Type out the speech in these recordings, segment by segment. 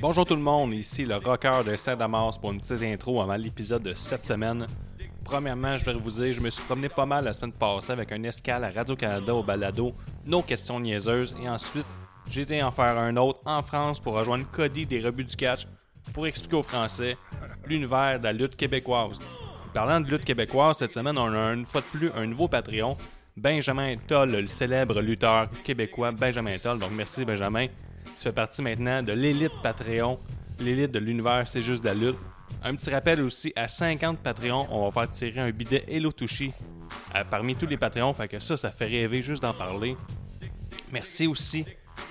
Bonjour tout le monde, ici le rocker de Saint-Damas pour une petite intro avant l'épisode de cette semaine. Premièrement, je voudrais vous dire, je me suis promené pas mal la semaine passée avec un escale à Radio-Canada au balado, nos questions niaiseuses, et ensuite, j'ai été en faire un autre en France pour rejoindre Cody des Rebuts du Catch pour expliquer aux Français l'univers de la lutte québécoise. Parlant de lutte québécoise, cette semaine, on a une fois de plus un nouveau Patreon, Benjamin Toll, le célèbre lutteur québécois Benjamin Toll. Donc merci Benjamin. Tu fais partie maintenant de l'élite Patreon, l'élite de l'univers, c'est juste de la lutte. Un petit rappel aussi, à 50 Patreons, on va faire tirer un bidet Hello Touchy euh, parmi tous les Patreons. Fait que ça, ça fait rêver juste d'en parler. Merci aussi.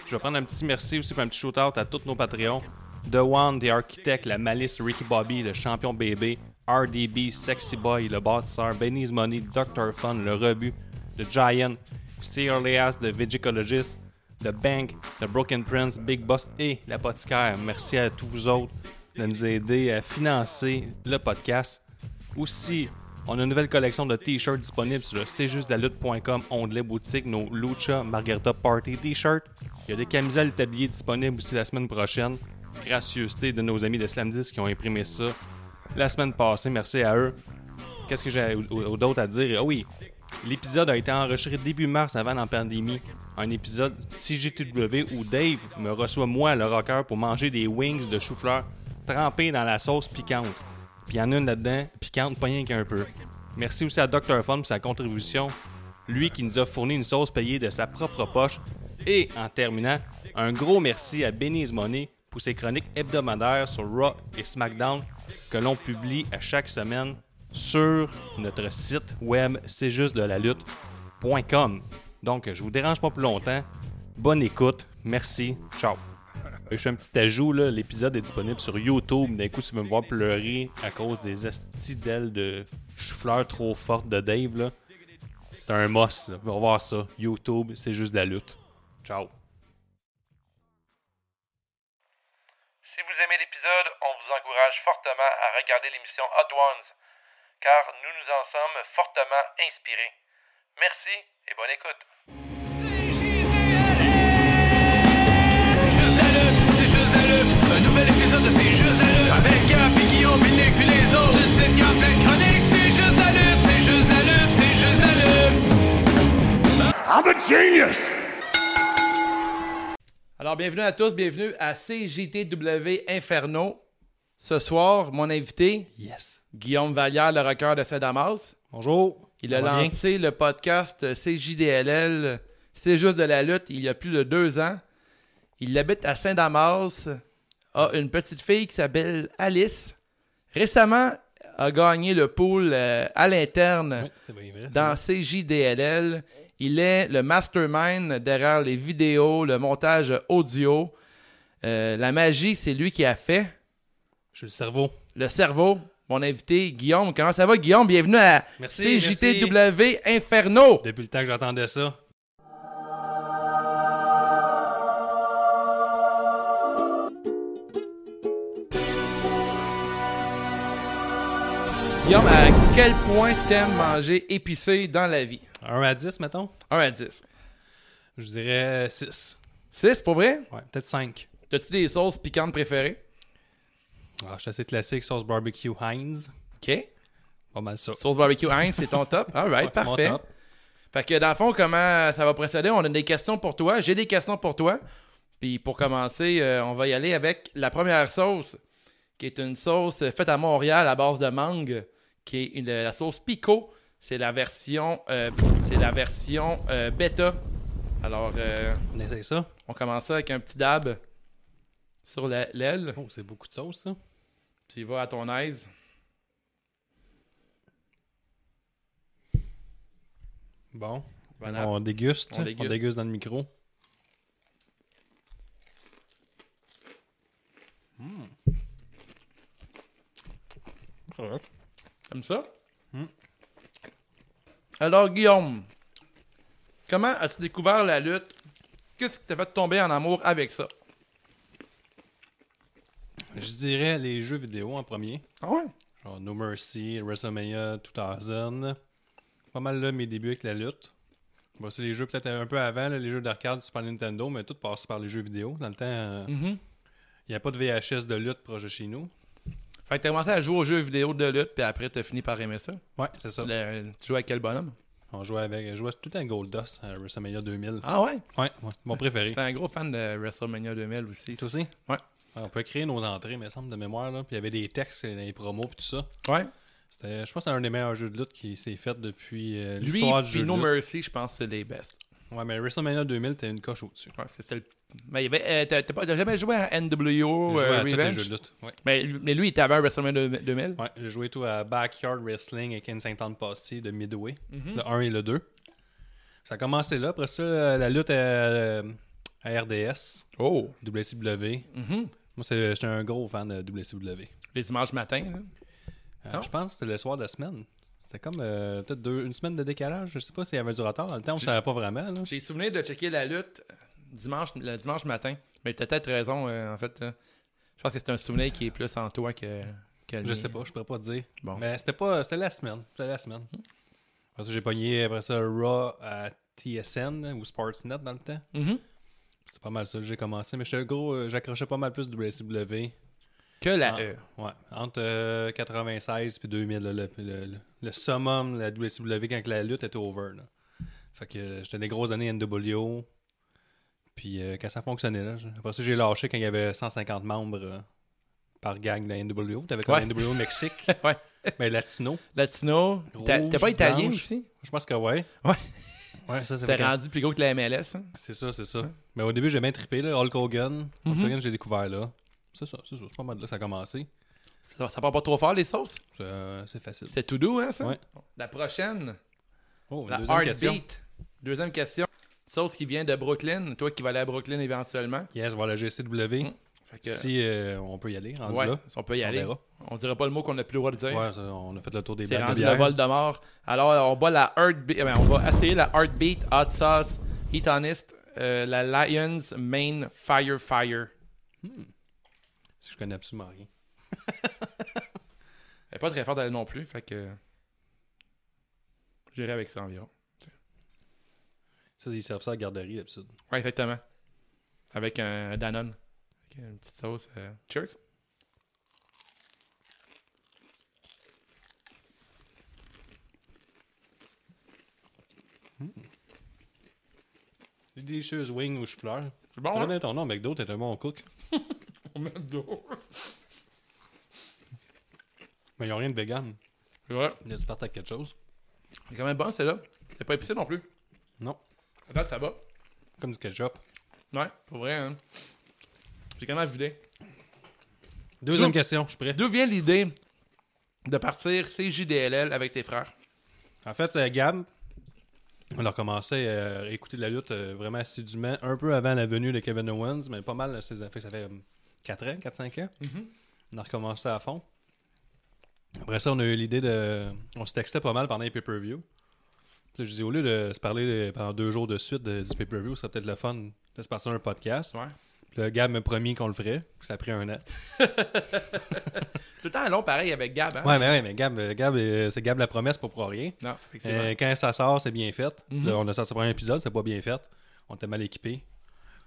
Je vais prendre un petit merci aussi pour un petit shout-out à tous nos Patreons. The One, The Architect, La Malice, Ricky Bobby, Le Champion Bébé, RDB, Sexy Boy, Le Bâtisseur, Benny's Money, Dr. Fun, Le Rebut, The Giant, Sir Leas, The Vigicologist, The Bank, The Broken Prince, Big Boss et l'apothicaire. Merci à tous vous autres de nous aider à financer le podcast. Aussi, on a une nouvelle collection de t-shirts disponibles sur le cjustdalutte.com, onglet boutique, nos Lucha Margarita Party t-shirts. Il y a des camisoles et tabliers disponibles aussi la semaine prochaine. Gracieuseté de nos amis de Slamdis qui ont imprimé ça la semaine passée. Merci à eux. Qu'est-ce que j'ai au- au- d'autre à dire? Ah oui, l'épisode a été enregistré début mars avant la pandémie. Un épisode CGTW où Dave me reçoit moi, le rocker, pour manger des wings de chou-fleur trempés dans la sauce piquante. Puis il y en a une là-dedans, piquante, pas rien qu'un peu. Merci aussi à Dr. Fun pour sa contribution. Lui qui nous a fourni une sauce payée de sa propre poche. Et en terminant, un gros merci à Benny's Money pour ses chroniques hebdomadaires sur Raw et SmackDown que l'on publie à chaque semaine sur notre site web c'est juste de la lutte.com. Donc, je vous dérange pas plus longtemps. Bonne écoute. Merci. Ciao. Je fais un petit ajout, là, l'épisode est disponible sur YouTube. D'un coup, si vous voulez me voir pleurer à cause des astis d'ailes de chou-fleur trop fortes de Dave, là, c'est un must. là. Va voir ça. YouTube, c'est juste de la lutte. Ciao. Si vous aimez l'épisode, on vous encourage fortement à regarder l'émission Hot Ones, car nous nous en sommes fortement inspirés. Merci et bonne écoute. C'est juste la lutte, c'est juste la lutte, un nouvel épisode de C'est juste la lutte Avec Gap et Guillaume, Binic puis les autres, une sitcom pleine chronique C'est juste la lutte, c'est juste la lutte, c'est juste la lutte I'm a genius! Alors, bienvenue à tous, bienvenue à CJTW Inferno. Ce soir, mon invité, Yes. Guillaume Vallière, le rocker de Saint-Damas, Bonjour. il a Ça va bien? lancé le podcast CJDLL, c'est juste de la lutte, il y a plus de deux ans. Il habite à Saint-Damas, a une petite fille qui s'appelle Alice. Récemment, a gagné le pool euh, à l'interne Oui, c'est bien vrai, ça. dans CJDLL. Il est le mastermind derrière les vidéos, le montage audio. Euh, la magie, c'est lui qui a fait. Je suis le cerveau. Le cerveau, mon invité Guillaume. Comment ça va, Guillaume? Bienvenue à Merci, CJTW Inferno. Depuis le temps que j'attendais ça. Guillaume, à quel point t'aimes manger épicé dans la vie? 1 à 10, mettons. 1 à 10. Je dirais 6. 6, pour vrai? Ouais, peut-être 5. T'as-tu des sauces piquantes préférées? Ah, je suis assez classique, sauce barbecue Heinz. OK. Pas mal ça. Sauce barbecue Heinz, c'est ton top? All right, Ouais, c'est mon parfait. top. Fait que dans le fond, comment ça va procéder? On a des questions pour toi. J'ai des questions pour toi. Puis pour commencer, euh, on va y aller avec la première sauce, qui est une sauce euh, faite à Montréal à base de mangue, qui est une- la sauce Pico. C'est la version, euh, c'est la version euh, bêta. Alors, euh, On essaye ça. on commence ça avec un petit dab sur la- l'aile. Oh, c'est beaucoup de sauce, ça. Tu y vas à ton aise. Bon. Voilà. On déguste. On déguste. On déguste dans le micro. Mmh. Comme ça? Hmm. Alors, Guillaume, comment as-tu découvert la lutte? Qu'est-ce qui t'a fait tomber en amour avec ça? Je dirais les jeux vidéo en premier. Ah ouais? Genre No Mercy, WrestleMania 2000. Pas mal là mes débuts avec la lutte. Bon, c'est les jeux Mm-hmm. peut-être un peu avant, là, les jeux d'arcade du Super Nintendo, mais tout passe par les jeux vidéo. Dans le temps, euh, Il n'y a pas de VHS de lutte proche de chez nous. Fait que t'as commencé à jouer aux jeux vidéo de lutte, puis après t'as fini par aimer ça. Ouais, c'est ça. Le- tu jouais avec quel bonhomme On jouait avec. Je jouais tout un Gold Dust à WrestleMania 2000. Ah ouais Ouais, ouais, mon préféré. J'étais un gros fan de WrestleMania 2000 aussi. Toi aussi? Ouais. On peut créer nos entrées, mais semble de mémoire, là. Puis il y avait des textes, et des promos, puis tout ça. Ouais. C'était, je pense, que c'est un des meilleurs jeux de lutte qui s'est fait depuis euh, Lui, l'histoire du jeu. puis de No lutte. Mercy, je pense que c'est les best. Ouais, mais WrestleMania 2000, t'as une coche au-dessus. Ouais, c'est ça le- Mais il y avait- euh, t'as- t'as pas- t'as jamais joué à NWO J'ai joué euh, à tous les jeux Revenge de lutte. Ouais. mais, lui- mais lui, il était avant WrestleMania 2000. Ouais, j'ai joué tout à Backyard Wrestling avec une 50 passée de Midway, le 1 et le 2. Ça a commencé là. Après ça, euh, la lutte à, à RDS, Oh WCW. Moi, c'est- j'étais un gros fan de WCW. Les dimanches matins. là. Euh, Non? je pense que c'était le soir de la semaine. C'était comme euh, peut-être deux- une semaine de décalage. Je sais pas s'il y avait du retard dans le temps, on ne savait pas vraiment. là. J'ai souvenir de checker la lutte euh, dimanche, le dimanche matin. Mais t'as peut-être raison, euh, en fait. euh, je pense que c'est un souvenir qui est plus en toi que, que le Je mien. sais pas, je pourrais pas te dire. Bon. Hmm. Mais c'était pas. C'était la semaine. C'était la semaine. Après ça, j'ai pogné après ça Raw à TSN hein, ou Sportsnet dans le temps. Mhm. C'était pas mal ça que j'ai commencé. Mais j'étais gros, euh, j'accrochais pas mal plus de WCW. Que la En- E. Ouais. Entre euh, 96 puis 2000, là, le, le- le- le summum de la WCW quand que la lutte était over. là. Fait que euh, j'étais des grosses années NWO. Puis euh, quand ça fonctionnait, là, je- après ça, j'ai lâché quand il y avait 150 membres euh, par gang de la NWO. T'avais comme Ouais. la NWO Mexique, ouais. mais latino. Latino. T'as Rouge, t'as pas italien blanche. aussi? Je pense que ouais. Ouais. Ouais, ça, c'est C'était vrai. rendu plus gros que la MLS. hein? C'est ça, c'est ça. Mais au début, j'ai bien trippé, là. Hulk Hogan. Hulk Mhm. Hogan, j'ai découvert là. C'est ça, c'est ça. C'est pas mal de là que ça a commencé. Ça, ça part pas trop fort, les sauces? C'est euh, c'est facile. C'est tout doux, hein, ça? Ouais. La prochaine, Oh, la deuxième Heartbeat. question. Deuxième question. Sauce qui vient de Brooklyn. Toi qui vas aller à Brooklyn éventuellement. Yes, voilà, GCW. Mhm. Fait que, Si euh, on peut y aller, rendu ouais, là. si on peut y on aller. verra. On dira pas le mot qu'on n'a plus le droit de dire. Ouais, ça, on a fait le tour des C'est blagues de rendu bière. le vol de mort. Alors, on va la Heartbeat. eh ben, on va essayer la Heartbeat, Hot Sauce, Heat Honest, euh, la Lions Main Fire Fire. Si je connais absolument rien. Elle est pas très forte elle non plus, fait que. J'irai avec ça environ. Ça, ils servent ça à la garderie, d'habitude. Ouais, exactement. Avec un Danone. Avec une petite sauce. euh, Cheers. Des délicieuses wings aux chou-fleurs. C'est Tu bon, hein? connais ton nom, McDo, t'es un bon cook. On met d'eau. Mais ils ont rien de vegan. C'est vrai. Ils ont partent avec quelque chose. C'est quand même bon, celle-là. C'est pas épicé non plus. Non, Là, ça va. comme du ketchup. Ouais, pour vrai, hein. J'ai quand même vidé. Deuxième Ouh. question, je suis prêt. D'où vient l'idée de partir CJDLL avec tes frères? En fait, c'est Gab. On a commencé à écouter de la lutte euh, vraiment assidûment, un peu avant la venue de Kevin Owens, mais pas mal, ça fait, ça fait 4 ans, 4-5 ans. On a recommencé à fond. Après ça, on a eu l'idée de. On se textait pas mal pendant les pay-per-view. Puis là, Je dis, au lieu de se parler pendant deux jours de suite de- du pay-per-view, ça serait peut-être le fun de se passer un podcast. Ouais. Puis là, Gab m'a promis qu'on le ferait, puis ça a pris un an. Tout le temps long, pareil, avec Gab. Hein? Ouais, mais, ouais, mais Gab, euh, Gab, euh, c'est Gab la promesse pour pour rien. Non, Euh, effectivement. quand ça sort, c'est bien fait. Là, on a sorti le premier épisode, c'est pas bien fait. On était mal équipé.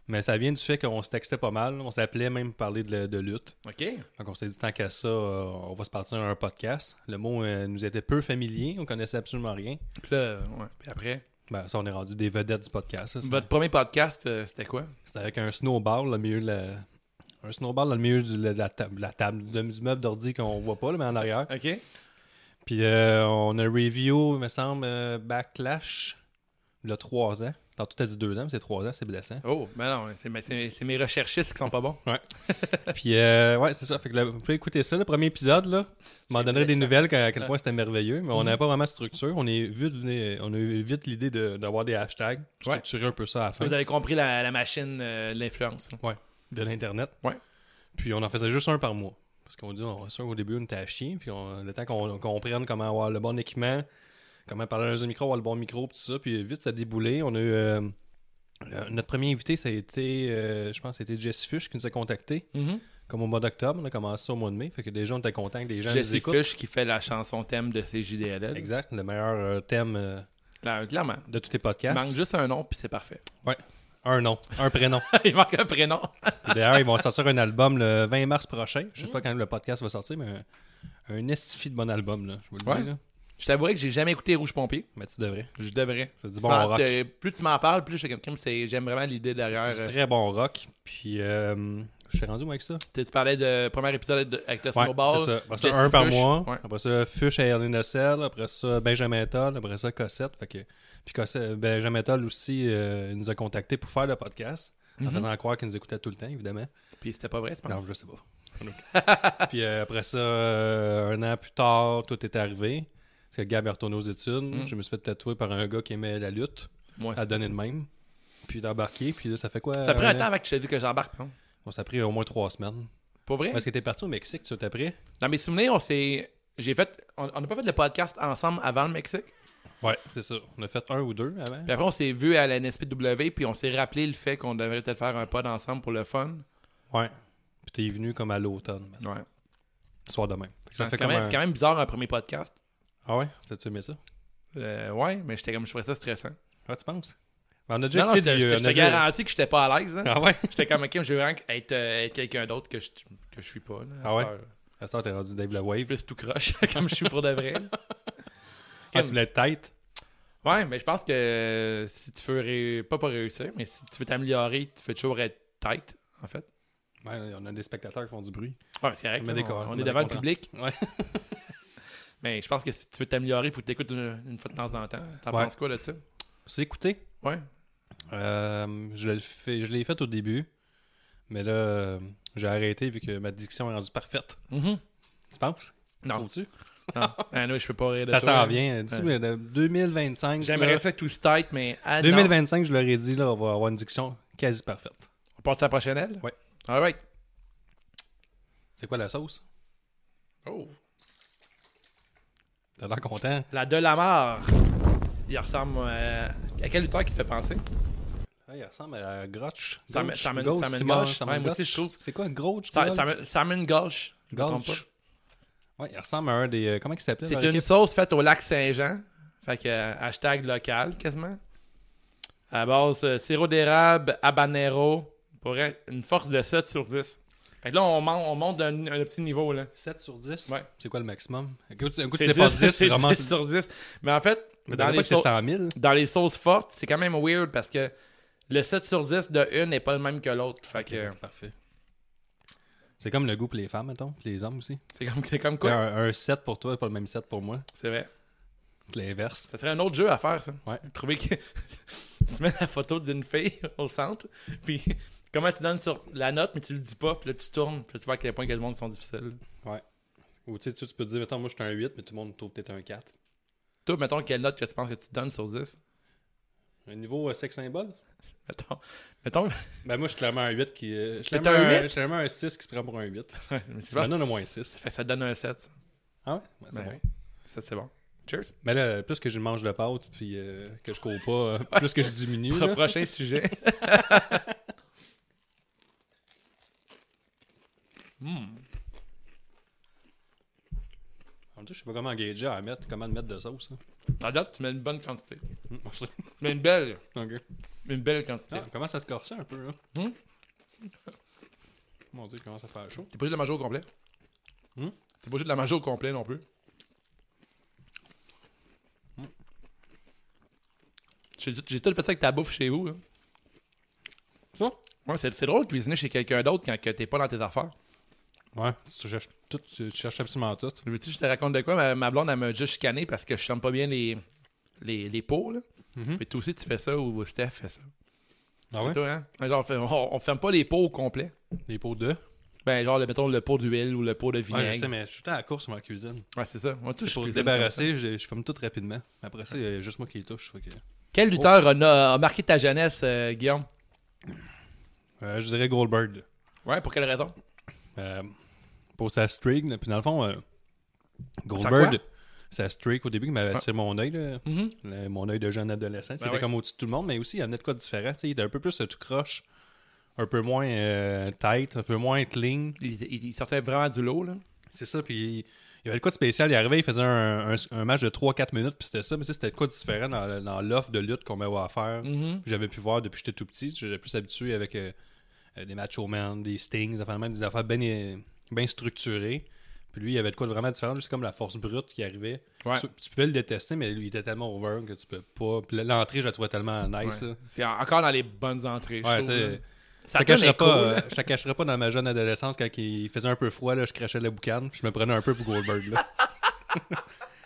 Mais ça vient du fait qu'on se textait pas mal. On s'appelait même pour parler de, la- de lutte. OK. Donc on s'est dit, tant qu'à ça, euh, on va se partir un podcast. Le mot euh, nous était peu familier. On connaissait absolument rien. Puis là, ouais. Puis après, Ben, ça, on est rendu des vedettes du podcast. ça, c'est- votre premier podcast, euh, c'était quoi? C'était avec un snowball au milieu de la... Un snowball dans le milieu du- de la, table, la table de- du meuble d'ordi qu'on voit pas, là, mais en arrière. OK. Puis euh, on a review, il me semble, euh, Backlash, il y a 3 ans. Tantôt, t'as dit 2 ans, mais c'est 3 ans, c'est blessant. Oh, ben non, c'est mes- c'est c'est mes recherchistes qui sont pas bons. Puis euh, ouais, c'est ça. Fait que là, vous pouvez écouter ça, le premier épisode, là. Je m'en donnerai des nouvelles que- à quel point c'était merveilleux, mais on n'avait pas vraiment de structure. On, est vite, venu- on a eu vite l'idée de- d'avoir des hashtags, structurer un peu ça à la fin Vous avez compris la, la machine, euh, l'influence. là. de l'Internet. Ouais. Puis on en faisait juste un par mois. Parce qu'on dit, on, ça, au début, on était à chier, puis on- le temps qu'on comprenne comment avoir le bon équipement, comment parler dans un micro, avoir le bon micro, puis tout ça. Puis vite, ça a déboulé. On a eu. euh, euh, notre premier invité, ça a été, euh, je pense, c'était Jesse Fuchs qui nous a contactés. Mm-hmm. Comme au mois d'octobre, on a commencé ça au mois de mai. Fait que déjà, on était contents que les gens nous Jesse écoutent. Fuchs qui fait la chanson thème de CJDLL. Exact, le meilleur euh, thème euh, Cla- Clairement. de tous les Il podcasts. manque juste un nom, puis c'est parfait. Un nom, un prénom. Il manque un prénom. Et D'ailleurs, ils vont sortir un album le 20 mars prochain. Je sais Mm. pas quand le podcast va sortir, mais un- un estifi de bon album, là. Je vous le Ouais. dis, là. Je t'avouerais que j'ai jamais écouté Rouge Pompier. Mais tu devrais. Je devrais. C'est du Tu bon m'en- rock. t'es- Plus tu m'en parles, plus je suis comme crime, c'est- j'aime vraiment l'idée derrière. C'est euh, très bon rock. Puis, euh, je suis rendu où avec ça? Tu tu parlais de premier épisode de- avec le Ouais, Snowball. c'est ça. Après ça, Jesse un par Fuchs. mois. Ouais. Après ça, Fuchs à Erlin Nocel. Après ça, Benjamin Toll. Après ça, Cossette. Fait que... Puis Cossette- Benjamin Toll aussi euh, il nous a contactés pour faire le podcast. Mm-hmm. En faisant croire qu'il nous écoutait tout le temps, évidemment. Puis c'était pas vrai, tu penses? Non, je sais pas. Puis euh, après ça, euh, un an plus tard, tout est arrivé. Parce que Gab est retourné aux études. Je me suis fait tatouer par un gars qui aimait la lutte. Moi, À Hmm. c'est- donner de même. Puis d'embarquer. Puis là, ça fait quoi? Euh, ça a pris un temps an? avant que je te dise que j'embarque. non? Bon, ça a pris au moins trois semaines. Pas vrai? Parce que t'es parti au Mexique, tu t'es après? Dans mes souvenirs, on s'est. J'ai fait. On on n'a pas fait le podcast ensemble avant le Mexique. Ouais, c'est ça. On a fait un ou deux avant. Puis après, on s'est vu à la NSPW, puis on s'est rappelé le fait qu'on devrait peut-être faire un pod ensemble pour le fun. Ouais. Puis t'es venu comme à l'automne, Ouais. le soir demain. Ça fait C'est comme quand, même- un- c'est quand même bizarre un premier podcast. Ah ouais? T'as-tu aimé ça? Euh, ouais, mais j'étais comme, je trouvais ça stressant. Ah, tu penses? Ben, on a déjà Non, non, je écouté te- du- je te- on je a te déjà- garantis que j'étais pas à l'aise. hein. Ah ouais? J'étais comme, ok, je veux vraiment être, euh, être quelqu'un d'autre que je, que je suis pas. Là, à Ah ouais? cette heure. À ça, t'es rendu Dave la Je suis Wave. plus tout croche, comme je suis pour de vrai. Ah, tu voulais être tête? Ouais, mais je pense que euh, si tu veux, ré- pas pas réussir, mais si tu veux t'améliorer, tu veux toujours être tight, en fait. Ouais, Ben, on a des spectateurs qui font du bruit. Ouais, c'est correct. Mais là, d'accord, on, on mais est devant le d'accord. public, Ouais. mais je pense que si tu veux t'améliorer, il faut que tu écoutes une, une fois de temps en temps. T'en Ouais. penses quoi là-dessus? C'est écouté. Ouais. Euh, je l'ai fait, je l'ai fait au début, mais là, euh, j'ai arrêté vu que ma diction est rendue parfaite. Tu penses? Mm-hmm. Non. Sauves-tu? Non, Ah non, je peux pas rire de Ça toi, s'en là. vient. D'ici le- 2025, je J'aimerais leur- faire tout tight, mais. ah, non. 2025, je leur ai dit, là, on va avoir une diction quasi parfaite. On passe à la prochaine aile? Ouais. All right. C'est quoi la sauce? Oh. T'as l'air content? La Delamare. Il ressemble euh, à quel lutteur qui te fait penser? Ouais, il ressemble à Grotch. Sam- Grotch, Sam- Gauche, Sam- Simon, Gauche. Sam- Ouais, moi Gauche. aussi, je trouve. C'est quoi, Grotch? Sa- Gauche? Sam- Salmon Gauche. je me trompe Gauche. pas. Ouais, il ressemble à un des... euh, Comment il s'appelait? C'est leur une équipe? sauce faite au lac Saint-Jean. Fait que euh, hashtag local, quasiment. À base euh, sirop d'érable, habanero. Pour être une force de 7 sur 10. Fait que là, on, mon- on monte d'un un petit niveau, là. 7 sur 10? Ouais. C'est quoi le maximum? Un coup, tu- un coup, tu C'est dépasses 10, c'est tu ramasses... 10 sur 10. Mais en fait, Mais dans dans les, pas que c'est sau- 100 000. dans les sauces fortes, c'est quand même weird parce que le 7 sur 10 de une n'est pas le même que l'autre. Fait que euh, Parfait. C'est comme le goût pour les femmes, mettons, puis les hommes aussi. c'est comme, c'est comme quoi. Un, un 7 pour toi, pas le même 7 pour moi. C'est vrai. C'est L'inverse. Ça serait un autre jeu à faire, ça. Ouais. Trouver que. tu mets la photo d'une fille au centre, puis comment tu donnes sur la note, mais tu le dis pas, puis là tu tournes, puis là, tu vois à quel point que le monde sont difficiles. Ou tu sais, tu tu peux te dire, mettons, moi, je suis un 8, mais tout le monde trouve que t'es un 4. Toi, mettons, quelle note que tu penses que tu donnes sur 10 Un niveau euh, sexe symbole? Mettons. Mettons. Ben moi, je suis clairement un 8 qui... euh, Je suis T'es clairement un un- 8? je suis clairement un 6 qui se prend pour un 8. Ouais, mais c'est pas- Ben non, au moins 6. Fait que ça te donne un 7. ça. Ah ouais? Ben, c'est Ben, bon. 7, c'est bon. Cheers. Mais là, plus que je mange de pâte, puis euh, que je cours pas, euh, plus que je diminue. Pro- là. prochain sujet. En tout cas, je sais pas comment engager à mettre, comment mettre de sauce. hein. À date, tu mets une bonne quantité. Hum, on sait. Mais une belle. Ok. Une belle quantité. Ah, ça commence à te corser un peu. Là. Hum. Mon dieu, il commence à faire chaud. T'es pas obligé de la manger au complet. Hmm? T'es pas obligé de la manger au complet non plus. Hmm. J'ai j'ai tout fait ça avec ta bouffe chez vous. hein. Ça? Ouais, c'est c'est drôle de cuisiner chez quelqu'un d'autre quand que t'es pas dans tes affaires. Ouais, tu cherches, tout, tu cherches absolument tout. Je veux-tu que je te raconte de quoi? Ma, ma blonde, elle m'a juste chicané parce que je chante pas bien les, les, les pots. Là. Mhm. Mais toi aussi, tu fais ça ou Steph fait ça. Ah C'est ouais? toi, hein? Genre, on, fait- on- on ferme pas les pots au complet. Des pots de. Ben, genre, le- mettons le pot d'huile ou le pot de Ouais, vinaigre. je sais, mais je suis tout le temps à la course sur ma cuisine. Ouais, c'est ça. Moi, tout, C'est je pour cuisine me comme débarrasser, je, je fume tout rapidement. Après ça, il y a juste moi qui les touche. fait que- Quel lutteur a, na- a marqué ta jeunesse, euh, Guillaume? Euh, je dirais Goldberg. là. Ouais, pour quelle raison? Euh, pour sa streak, là, puis dans le fond, euh, quoi? Goldberg, sa streak au début qui m'avait attiré mon œil. là. Mhm. Le- mon œil de jeune adolescent. C'était ouais. comme au-dessus de tout le monde, mais aussi, il amenait de quoi de différent. tu sais, il était un peu plus euh, tout croche, un peu moins euh, tight, un peu moins clean. Il, il- il sortait vraiment du lot, là. C'est ça, puis il, Il y avait le coup de spécial, il arrivait, il faisait un, un- un match de 3-4 minutes, puis c'était ça, mais tu sais, c'était le coup différent dans, dans l'offre de lutte qu'on m'avait à faire. Mm-hmm. J'avais pu voir depuis que j'étais tout petit, j'étais plus habitué avec euh, euh, des macho men, des stings, des affaires, de même, des affaires bien bien structurées. Puis lui, il y avait le quoi de vraiment différent, juste comme la force brute qui arrivait. Ouais. Tu, tu pouvais le détester, mais lui, il était tellement over que tu peux pas. Puis l'entrée, je la trouvais tellement nice. là. C'est en- encore dans les bonnes entrées, je Ouais, trouve, tu sais, là. Je te, donne cacherai écho, pas, là. euh, je te cacherai pas dans ma jeune adolescence quand il faisait un peu froid, là, je crachais la boucane, puis je me prenais un peu pour Goldberg. Là.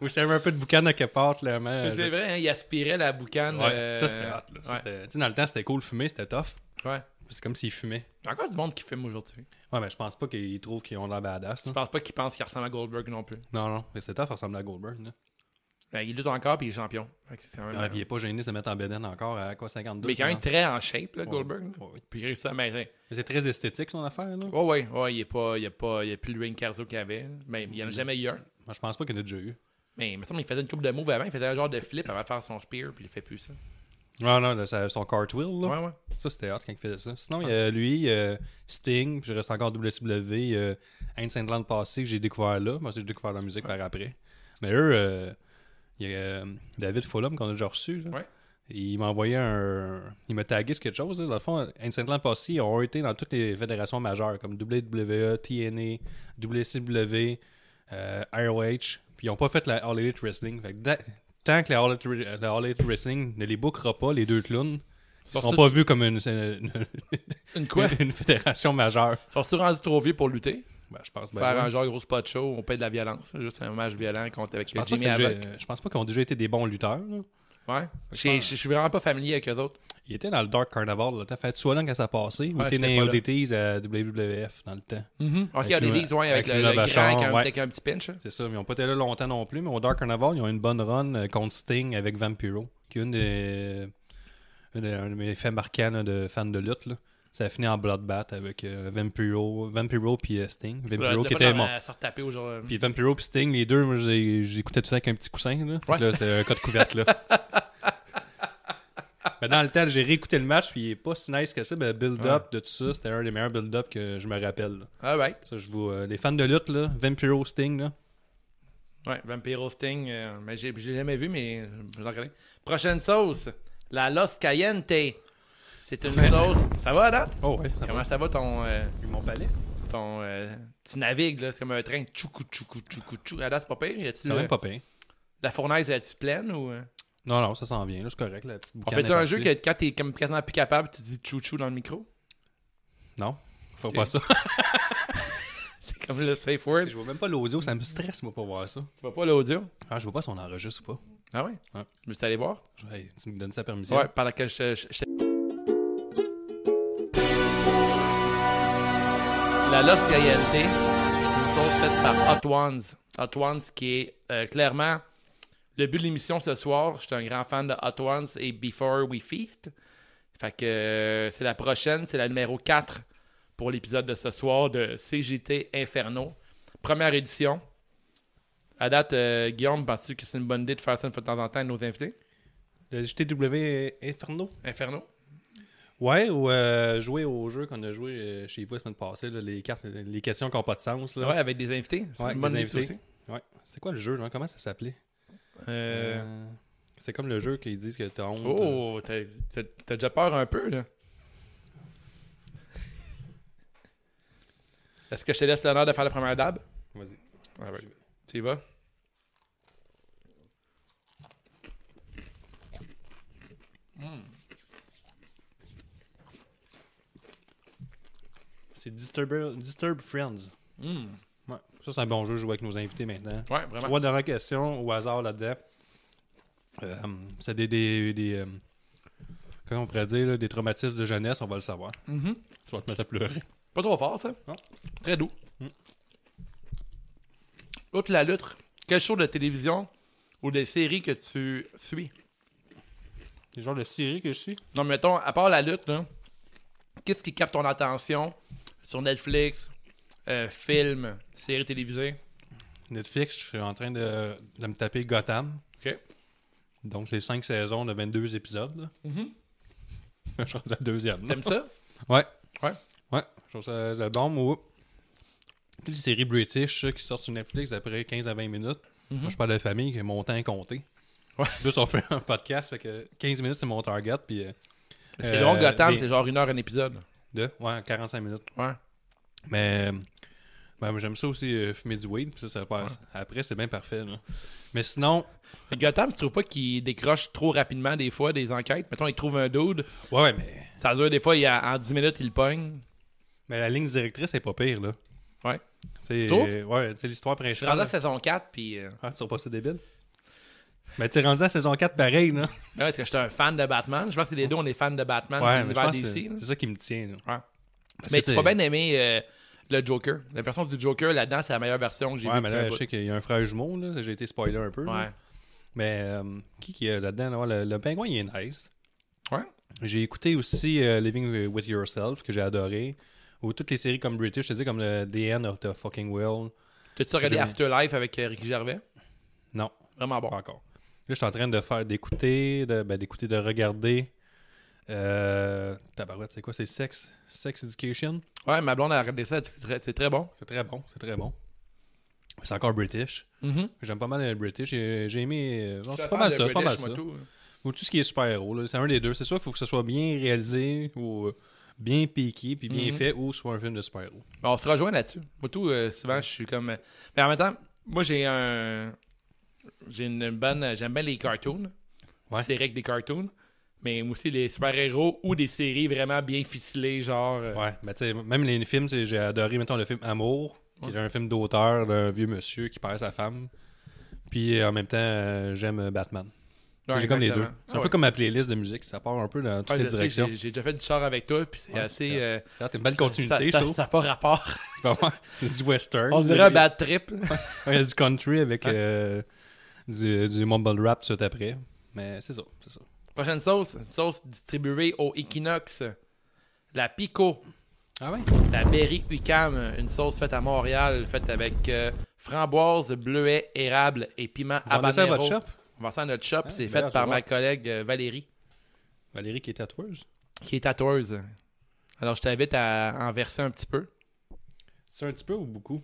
Ou s'il y avait un peu de boucane à quelque part, clairement. Mais C'est je- vrai, hein, il aspirait la boucane. euh, Ouais, euh, Ça, c'était hot. Là. Ça, ouais. c'était- tu sais, dans le temps, c'était cool fumer, c'était tough. Ouais. C'est comme s'il fumait. Il y a encore du monde qui filme aujourd'hui. Ouais, mais je pense pas qu'ils trouvent qu'ils ont l'air badass. Je là. pense pas qu'il pense qu'il ressemble à Goldberg non plus. Non, non, mais c'est tough, il ressemble à Goldberg. Là. Ben, il lutte encore puis il est champion. Fait que c'est quand même- Ouais, puis il est pas gêné de se mettre en bédaine encore à quoi, 52 mais il est quand même non? très en shape, là, Goldberg. là. Ouais, ouais. Puis il réussit à maintenir. Mais C'est très esthétique son affaire. Là. Ouais, ouais, ouais, il est pas, il est pas, il a plus le ring cardio qu'il avait. Mais il y en a Mm. jamais eu un. Moi, je pense pas qu'il y en a déjà eu. Mais il me semble qu'il faisait une coupe de move avant, il faisait un genre de flip avant de faire son spear, puis il fait plus ça. Non, non, là, ça- son cartwheel. Là. Ouais, ouais. Ça, c'était hot quand il faisait ça. Sinon, il y a lui, euh, Sting, puis je reste encore WCW, euh, Anne Saint-Land passé que j'ai découvert là. Moi aussi, j'ai découvert la musique par après. Mais eux, euh, il y a euh, David Fulham qu'on a déjà reçu. là. Ouais. Il m'a envoyé un. Il m'a tagué sur quelque chose. là. Dans le fond, Anne Saint-Land passé, ils ont été dans toutes les fédérations majeures comme E, WWE, TNA, WCW, euh, ROH. Puis ils n'ont pas fait la All Elite Wrestling. Fait que da- Tant que la All Elite, la All Elite Wrestling ne les bookera pas, les deux clowns, ils Sur seront ce, pas tu- vus comme une, une, Une quoi? une- une fédération majeure. Faut se rendu trop vieux pour lutter. Ben, je pense faire ben, un genre gros spot show, on paye de la violence. là, Juste un match violent contre avec je pense, pas Jimmy que j'ai- Havoc. je pense pas qu'ils ont déjà été des bons lutteurs. là. Ouais. Je je- je suis vraiment pas familier avec eux autres. Ils étaient dans le Dark Carnival. là. T'as fait soit là quand ça passait ou Ouais, t'es dans j'étais les pas là. ODTs à WWF dans le temps. Ok, Hmm. Avec on le- est ouais, avec, avec le, le le Lavachon, grand qui a un- ouais. avec un petit pinch. hein. C'est ça, mais ils ont pas été là longtemps non plus. Mais au Dark Carnival, ils ont eu une bonne run euh, contre Sting avec Vampiro, qui est une des, une des- un de mes faits marquants là, de fans de lutte. là. Ça a fini en bloodbath avec euh, Vampiro, Vampiro puis euh, Sting. Vampiro Le- le qui fait était de mort. la- se retaper au genre. Puis Vampiro puis Sting, les deux, moi, j'ai- j'écoutais tout ça avec un petit coussin. Là. Fait que Ouais. là, c'était un cas de couverte, là. Mais dans le temps, j'ai réécouté le match, puis il est pas si nice que ça, mais le build-up de tout ça, c'était un des meilleurs build-up que je me rappelle. là. Ah ouais. Ça, je vous, euh, les fans de lutte, là, Vampiro Sting, là. Ouais, Vampiro Sting. euh, mais j'ai j'ai jamais vu, mais euh, je l'ai regardé. Prochaine sauce, la Los Cayente. C'est une sauce. Ça va, Dan? Oh, ouais, ça Comment ça va ton. euh, mon palais. ton euh, tu navigues, là, c'est comme un train. Tchoukou, tchoukou, tchoukou, tchou. À date, c'est pas pire. Y a-tu Quand le- même pas pire. La fournaise, est-tu pleine ou. euh? Non, non, ça s'en vient, là, c'est correct, la petite On boucane fait est un jeu partie. que quand t'es comme quasiment plus capable, tu dis tchou-tchou dans le micro. Non, faut pas ça. C'est comme le safe word. je vois même pas l'audio, ça me stresse, moi, pas voir ça. Tu vois pas l'audio. Ah, je vois pas si on enregistre ou pas. Ah ouais? Ouais. Je veux aller voir. Je- hey, tu me donnes sa permission? Ouais, par laquelle je, je- je- La Los Caliente est une sauce faite par Hot Ones. Hot Ones qui est euh, clairement le but de l'émission ce soir. Je suis un grand fan de Hot Ones et Before We Feast. Fait que euh, c'est la prochaine, c'est la numéro 4 pour l'épisode de ce soir de CGT Inferno. Première édition. À date, euh, Guillaume, penses-tu que c'est une bonne idée de faire ça une fois de temps en temps avec nos invités? Le JTW Inferno? Inferno? Ouais, ou euh, jouer au jeu qu'on a joué euh, chez vous la semaine passée, là, les, cartes, les questions qui n'ont pas de sens. Là. Ouais, avec des invités. C'est Ouais, une bonne des idée invités. aussi. Ouais. C'est quoi le jeu, là? Comment ça s'appelait? Euh, Euh, C'est comme le jeu qui disent que t'as honte. euh. Oh, t'as t'as- t'as déjà peur un peu, là. Est-ce que je te laisse l'honneur de faire la première dab? Vas-y. Ah ouais. Tu y vas? C'est Disturb... Disturb Friends. Hmm. Ouais. Ça, c'est un bon jeu, jouer avec nos invités maintenant. Ouais, vraiment. Trois dernières questions au hasard là-dedans. Euh, c'est des. des, des euh, comment on pourrait dire, là, des traumatismes de jeunesse, on va le savoir. Tu vas te mettre à pleurer. Pas trop fort, ça. Non. Mm. Très doux. Outre la lutte, quel show de télévision ou des séries que tu suis? C'est le genre de série que je suis. Non, mais mettons, à part la lutte, là, qu'est-ce qui capte ton attention sur Netflix, euh, films, séries télévisées? Netflix, je suis en train de, de me taper Gotham. OK. Donc, c'est cinq saisons de 22 épisodes. là. je suis rendu à la deuxième. là. T'aimes ça? Ouais. Ouais. Ouais. Je trouve ça, ça bombe ou. toutes les séries british euh, qui sortent sur Netflix après 15 à 20 minutes. Moi, je parle de famille, que mon temps est compté. Ouais. En Plus on fait un podcast, fait que 15 minutes, c'est mon target, puis... euh, C'est euh, long, Gotham, les- c'est genre une heure un épisode. de- ouais, 45 minutes. Ouais. Mais euh, ben, j'aime ça aussi, euh, fumer du weed, puis ça, ça passe. Après, c'est bien parfait, là. Mais sinon, Fait que Gotham, tu trouves pas qu'il décroche trop rapidement des fois des enquêtes? Mettons, il trouve un dude, ouais, ouais, mais, ça dure des fois, il y a- en 10 minutes, il le pogne. Ah mais la ligne directrice est pas pire, là. Ouais. C'est, Tu trouves? ouais, tu sais, l'histoire Je rendu à principale. la saison 4, puis... euh, Ah, tu trouves pas ça débile? Mais Ben, tu es rendu à saison 4 pareil, là. Ouais, parce que j'étais un fan de Batman. Je pense que les deux, on est fans de Batman Ouais, de mais je l'univers pense que DC. c'est là. c'est ça qui me tient, là. Ouais. Parce Mais que, tu sais, vas bien aimer euh, le Joker. La version du Joker là-dedans, c'est la meilleure version que j'ai Ouais, vue. mais là, je sais qu'il y a un frère jumeau, là. J'ai été spoiler un peu. là. Ouais. Mais euh, qui qui est là-dedans? là? Ouais, le, le pingouin, il est nice. Ouais. J'ai écouté aussi euh, Living With Yourself, que j'ai adoré. Ou toutes les séries comme British, je te dis, comme le The End of the Fucking World. T'as-tu regardé J'ai- Afterlife avec euh, Ricky Gervais? Non, Vraiment bon. pas encore. Là, je suis en train de faire d'écouter, de, ben, d'écouter, de regarder. Euh, tabarouette, c'est quoi? C'est Sex, Sex Education. Ouais, ma blonde a regardé ça, elle dit que c'est très, c'est très bon. C'est très bon, c'est très bon. C'est encore British. Mhm. J'aime pas mal le British. J'ai, j'ai aimé. euh, non, Je c'est suis pas fan mal de ça. C'est pas mal British, ça. moi, tout. Ou tout ce qui est super-héros. là. C'est un des deux. C'est sûr qu'il faut que ce soit bien réalisé ou euh, bien piqué puis Mhm. bien fait ou soit un film de super-héros. Ben, on se rejoint là-dessus. Moi, tout, euh, souvent, je suis comme. euh, Mais en même temps, moi, j'ai un. J'ai une bonne. J'aime bien les cartoons. Ouais. C'est vrai que des cartoons. Mais aussi les super-héros ou des séries vraiment bien ficelées, genre. euh, Ouais. Mais tu sais, même les films, tu sais, j'ai adoré, mettons, le film Amour, qui est un film d'auteur d'un vieux monsieur qui perd sa femme. Puis euh, en même temps, euh, j'aime Batman. ouais, j'ai comme les deux. exactement. C'est un Ah peu ouais. comme ma playlist de musique. Ça part un peu dans toutes Ouais, les je sais, directions. j'ai- J'ai déjà fait du char avec toi, puis c'est Ouais, assez. euh, Ça, c'est une belle continuité, ça je ça- trouve. ça a pas rapport. C'est vraiment- C'est du western. on C'est- dirait un bad trip. Ouais, Il y a du country avec euh, du, du mumble rap tout de suite après. Mais c'est ça, c'est ça. Prochaine sauce. une Sauce distribuée au Equinox. La Pico. Ah ouais? La Berry Ucam, une sauce faite à Montréal, faite avec euh, framboise, bleuet, érable et piment Vous vendez ça à habanero. votre shop? Ah, On vend ça à notre shop. c'est c'est fait bien, je par vois. ma collègue euh, Valérie, Valérie qui est tatoueuse. qui est tatoueuse. Alors, je t'invite à en verser un petit peu. C'est un petit peu ou beaucoup?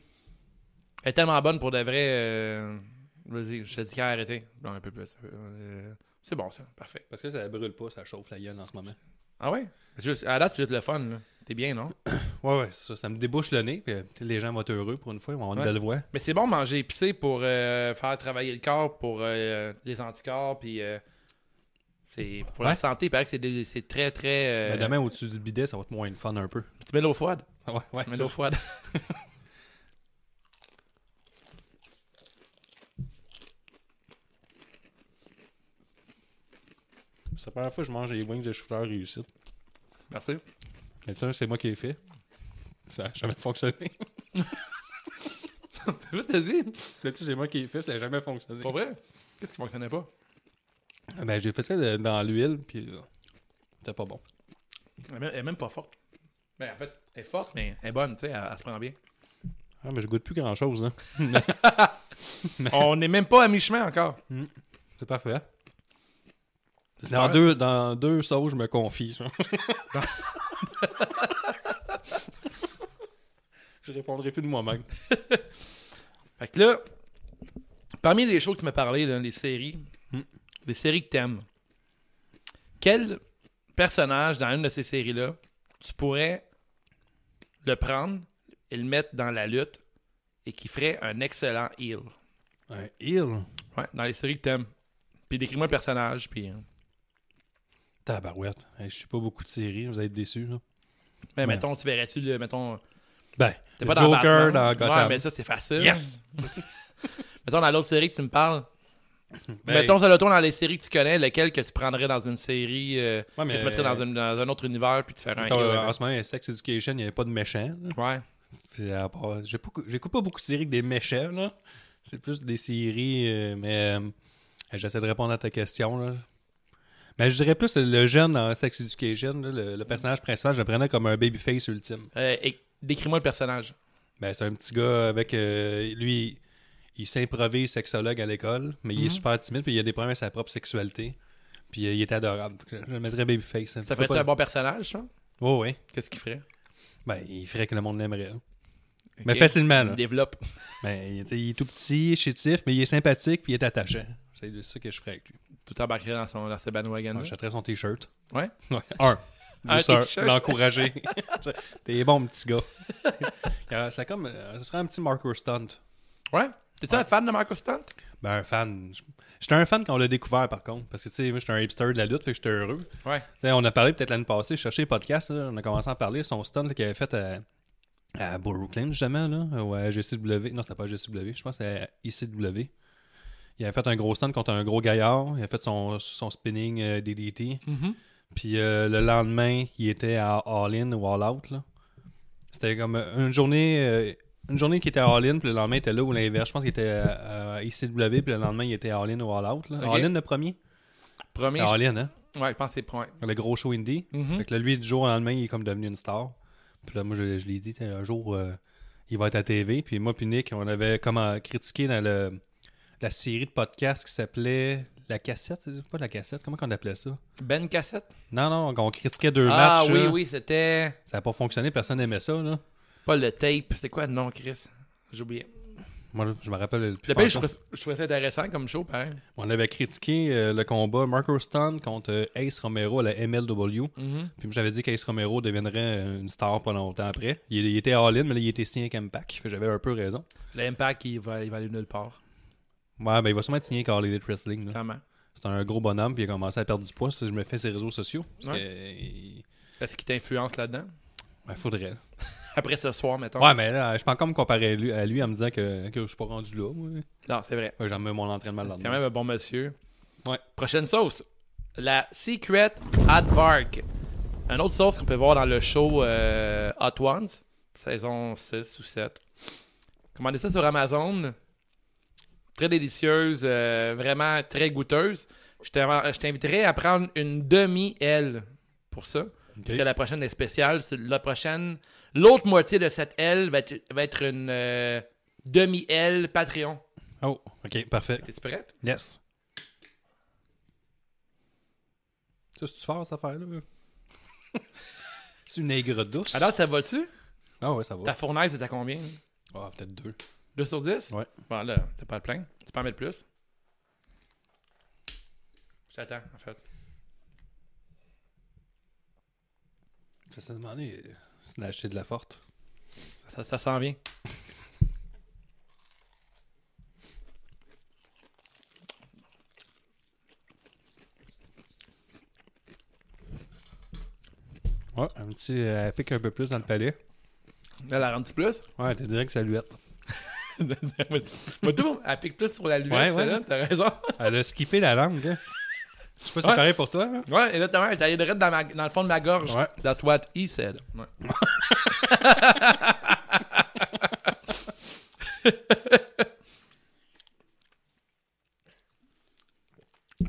Elle est tellement bonne pour de vrai. euh, Vas-y, je te dis qu'à arrêter. Non, un peu plus. Euh, c'est bon, ça. Parfait. Parce que ça brûle pas, ça chauffe la gueule en ce moment. Ah ouais? C'est Juste, à la date, c'est juste le fun. là. T'es bien, non? Ouais, ouais, c'est ça. Ça me débouche le nez. Puis euh, les gens vont être heureux pour une fois. Ils vont avoir une Ouais. belle voix. Mais c'est bon manger épicé pour euh, faire travailler le corps, pour euh, les anticorps, puis euh, c'est pour Ouais. la santé. Il paraît que c'est des- c'est très, très. euh, Mais demain, au-dessus du bidet, ça va être moins le fun un peu. Tu mets l'eau froide. Ouais, ouais. tu mets c'est l'eau ça. froide. C'est la première fois que je mange les wings de chauffeur réussite. Merci. Mais ça, c'est moi qui l'ai fait. Ça n'a jamais fonctionné. C'est juste t'as dit. Mais tu sais, c'est moi qui l'ai fait, ça n'a jamais fonctionné. Pour vrai? Qu'est-ce qui fonctionnait pas? Ben, j'ai fait ça de- dans l'huile, puis euh, c'était pas bon. Elle est même, elle est même pas forte. Ben, en fait, elle est forte, mais elle est bonne, tu sais, elle, elle se prend bien. Ah, mais je goûte plus grand chose, hein. On n'est même pas à mi-chemin encore. C'est parfait. C'est Dans super, deux, dans deux sauces, je me confie. ça. je répondrai plus de moi-même. Fait que là, parmi les shows que tu m'as parlé, là, les séries, Hmm. les séries que t'aimes, quel personnage dans une de ces séries-là tu pourrais le prendre et le mettre dans la lutte et qui ferait un excellent heel? Un il. Ouais, dans les séries que t'aimes. Puis décris-moi le personnage, puis... hein. Tabarouette. Hey, je suis pas beaucoup de séries, vous êtes déçus. là. Ben, Ouais. mettons, tu verrais-tu, le, mettons... Ben, T'es le pas dans Joker Batman. dans Gotham. Ouais, mais ça, c'est facile. Yes! mettons, dans l'autre série que tu me parles, Ben, Mettons ça le tourne dans les séries que tu connais, lequel que tu prendrais dans une série, euh, Ouais, Ah, mais- que tu mettrais dans, une- dans un autre univers, puis tu ferais un mettons, hero. euh, en ce moment, Sex Education, il n'y avait pas de méchants. là. Ouais. Puis à part- j'ai pas- J'écoute pas beaucoup de séries que des méchants, là. C'est plus des séries, euh, mais euh, j'essaie de répondre à ta question, là. Mais je dirais plus le jeune dans Sex Education, là, le, le personnage principal, je le prenais comme un babyface ultime. Euh, et- Décris-moi le personnage. Ben, c'est un petit gars avec... euh, lui, il s'improvise sexologue à l'école, mais Mhm. il est super timide, puis il a des problèmes avec sa propre sexualité. Puis euh, il est adorable. Fait que Je le mettrais Ça babyface. ferait-tu un bon personnage, ça? Oh, oui. Qu'est-ce qu'il ferait? Ben, il ferait que le monde l'aimerait. hein. Mais Ok? facilement, Il là. développe. Mais, tu sais, Ben, il est tout petit, chétif, mais il est sympathique puis il est attachant. C'est de ça que je ferais avec lui. Tout embarqué dans, son, dans ses bandwagons. J'achèterais son t-shirt. Ouais. Ouais, un. Un Juste un, t-shirt. l'encourager. T'es bon, petit gars. Euh, c'est comme, euh, ce serait un petit marker stunt. Ouais. T'es-tu un fan de Marco Stunt? Ben, un fan. J- J'étais un fan quand on l'a découvert, par contre. Parce que, tu sais, moi, j'étais un hipster de la lutte, fait que j'étais heureux. Tu Ouais. sais, on a parlé peut-être l'année passée, je cherchais les podcasts, là, on a commencé à en parler, son stunt là, qu'il avait fait à, à Brooklyn, justement, là, ou à GCW. Non, c'était pas à GCW, je pense que c'était à ICW. Il avait fait un gros stunt contre un gros gaillard. Il a fait son, son spinning euh, DDT. Mm-hmm. Puis euh, le lendemain, il était à All In ou All Out. là. C'était comme euh, une journée euh, une journée qui était à All In, puis le lendemain, il était là ou l'inverse. Je pense qu'il était euh, à ICW, puis le lendemain, il était à All In ou All Out. là. Ok. All In le premier C'est Premier. All In, hein Ouais, je pense que c'est premier. Le gros show indie. Mhm. Fait que là, lui, du jour au lendemain, il est comme devenu une star. Puis là, moi, je, je l'ai dit, t'sais, un jour, euh, il va être à TV. Puis moi, puis Nick, on avait comme euh, critiqué dans le, la série de podcasts qui s'appelait La Cassette. C'est Pas la Cassette, comment on appelait ça Ben Cassette. Non, non, on critiquait deux ah matchs. oui, là. oui, c'était. Ça n'a pas fonctionné, personne n'aimait ça. Là. Pas le tape. C'est quoi le nom, Chris? J'oubliais. Moi, là, je me rappelle. depuis Le pire, je longtemps. trouvais, je trouvais ça intéressant comme show, pareil. On avait critiqué euh, le combat Marco Stunt contre euh, Ace Romero à la MLW. Mhm. Puis moi, j'avais dit qu'Ace Romero deviendrait euh, une star pas longtemps après. Il, il était all-in, mais là, il était signé avec Impact. Fait que J'avais un peu raison. L'impact, il va, il va aller nulle part. Ouais, ben il va sûrement être signé avec All Elite Wrestling. là. Clairement. C'est un gros bonhomme, puis il a commencé à perdre du poids. Si je me fais ses réseaux sociaux, parce Ouais. que, euh, il Est-ce qu'il t'influence là-dedans? ouais, faudrait. Après ce soir, mettons. Ouais, mais là, je peux encore me comparer à lui, à lui en me disant que, que je suis pas rendu là. moi. Non, c'est vrai. Ouais, J'en mets mon entraînement le C'est quand lendemain. même un bon monsieur. Ouais. Prochaine sauce. La Secret Advark. Un autre sauce qu'on peut voir dans le show euh, Hot Ones, saison 6 ou 7. Commandez ça sur Amazon. Très délicieuse, euh, vraiment très goûteuse. Je t'inv- je t'inviterai à prendre une demi-L pour ça. Parce que la prochaine est spéciale. C'est La prochaine, l'autre moitié de cette L va être, va être une euh, demi-L Patreon. Oh, ok, parfait. T'es-tu prête? Yes. Ça, c'est-tu fort, cette affaire-là? c'est une aigre douce. Alors, ça va-tu? Ah ouais, ça va. Ta fournaise est à combien? Ah, peut-être deux. 2 sur 10? Ouais. Bon, là, t'as pas le plein. Tu peux en mettre plus? Je t'attends, en fait. Ça s'est demandé euh, si on a acheté de la forte. Ça, ça, ça s'en vient. Ouais, un petit... euh, elle pique un peu plus dans le palais. Elle la rendu plus? Ouais, t'es direct que ça lui est. Moi, tout, elle pique plus sur la lumière, Ouais, ouais. celle-là, t'as raison. Elle a skippé la langue. hein. Je sais pas si c'est Ouais. pareil pour toi. hein. Ouais, et là, ta mère est allée direct dans, ma- dans le fond de ma gorge. Ouais. That's what he said. Ouais.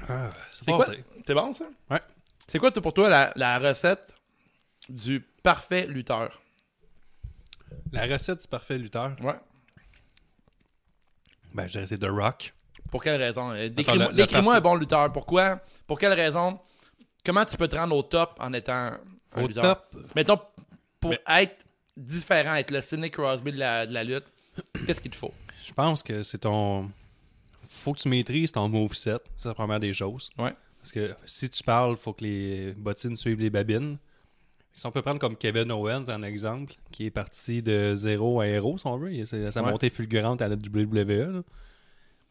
Ah, C'est C'est bon, quoi? c'est- C'est bon, ça? Ouais. C'est quoi, toi, pour toi, la, la recette du parfait lutteur? La recette du parfait lutteur. Ouais. Ben, je dirais c'est The Rock. Pour quelle raison? Euh, le- Décris-moi le décris-moi un bon lutteur. Pourquoi? Pour quelle raison? Comment tu peux te rendre au top en étant un Au lutteur? top. Mettons, pour Mais- être différent, être le Sidney Crosby de la, de la lutte, qu'est-ce qu'il te faut? Je pense que c'est ton. Faut que tu maîtrises ton moveset. Ça, C'est la première des choses. Ouais. Parce que si tu parles, faut que les bottines suivent les babines. Si on peut prendre comme Kevin Owens en exemple, qui est parti de zéro à héros, si on veut. Il- c'est- Sa Ouais. montée fulgurante à la WWE. là.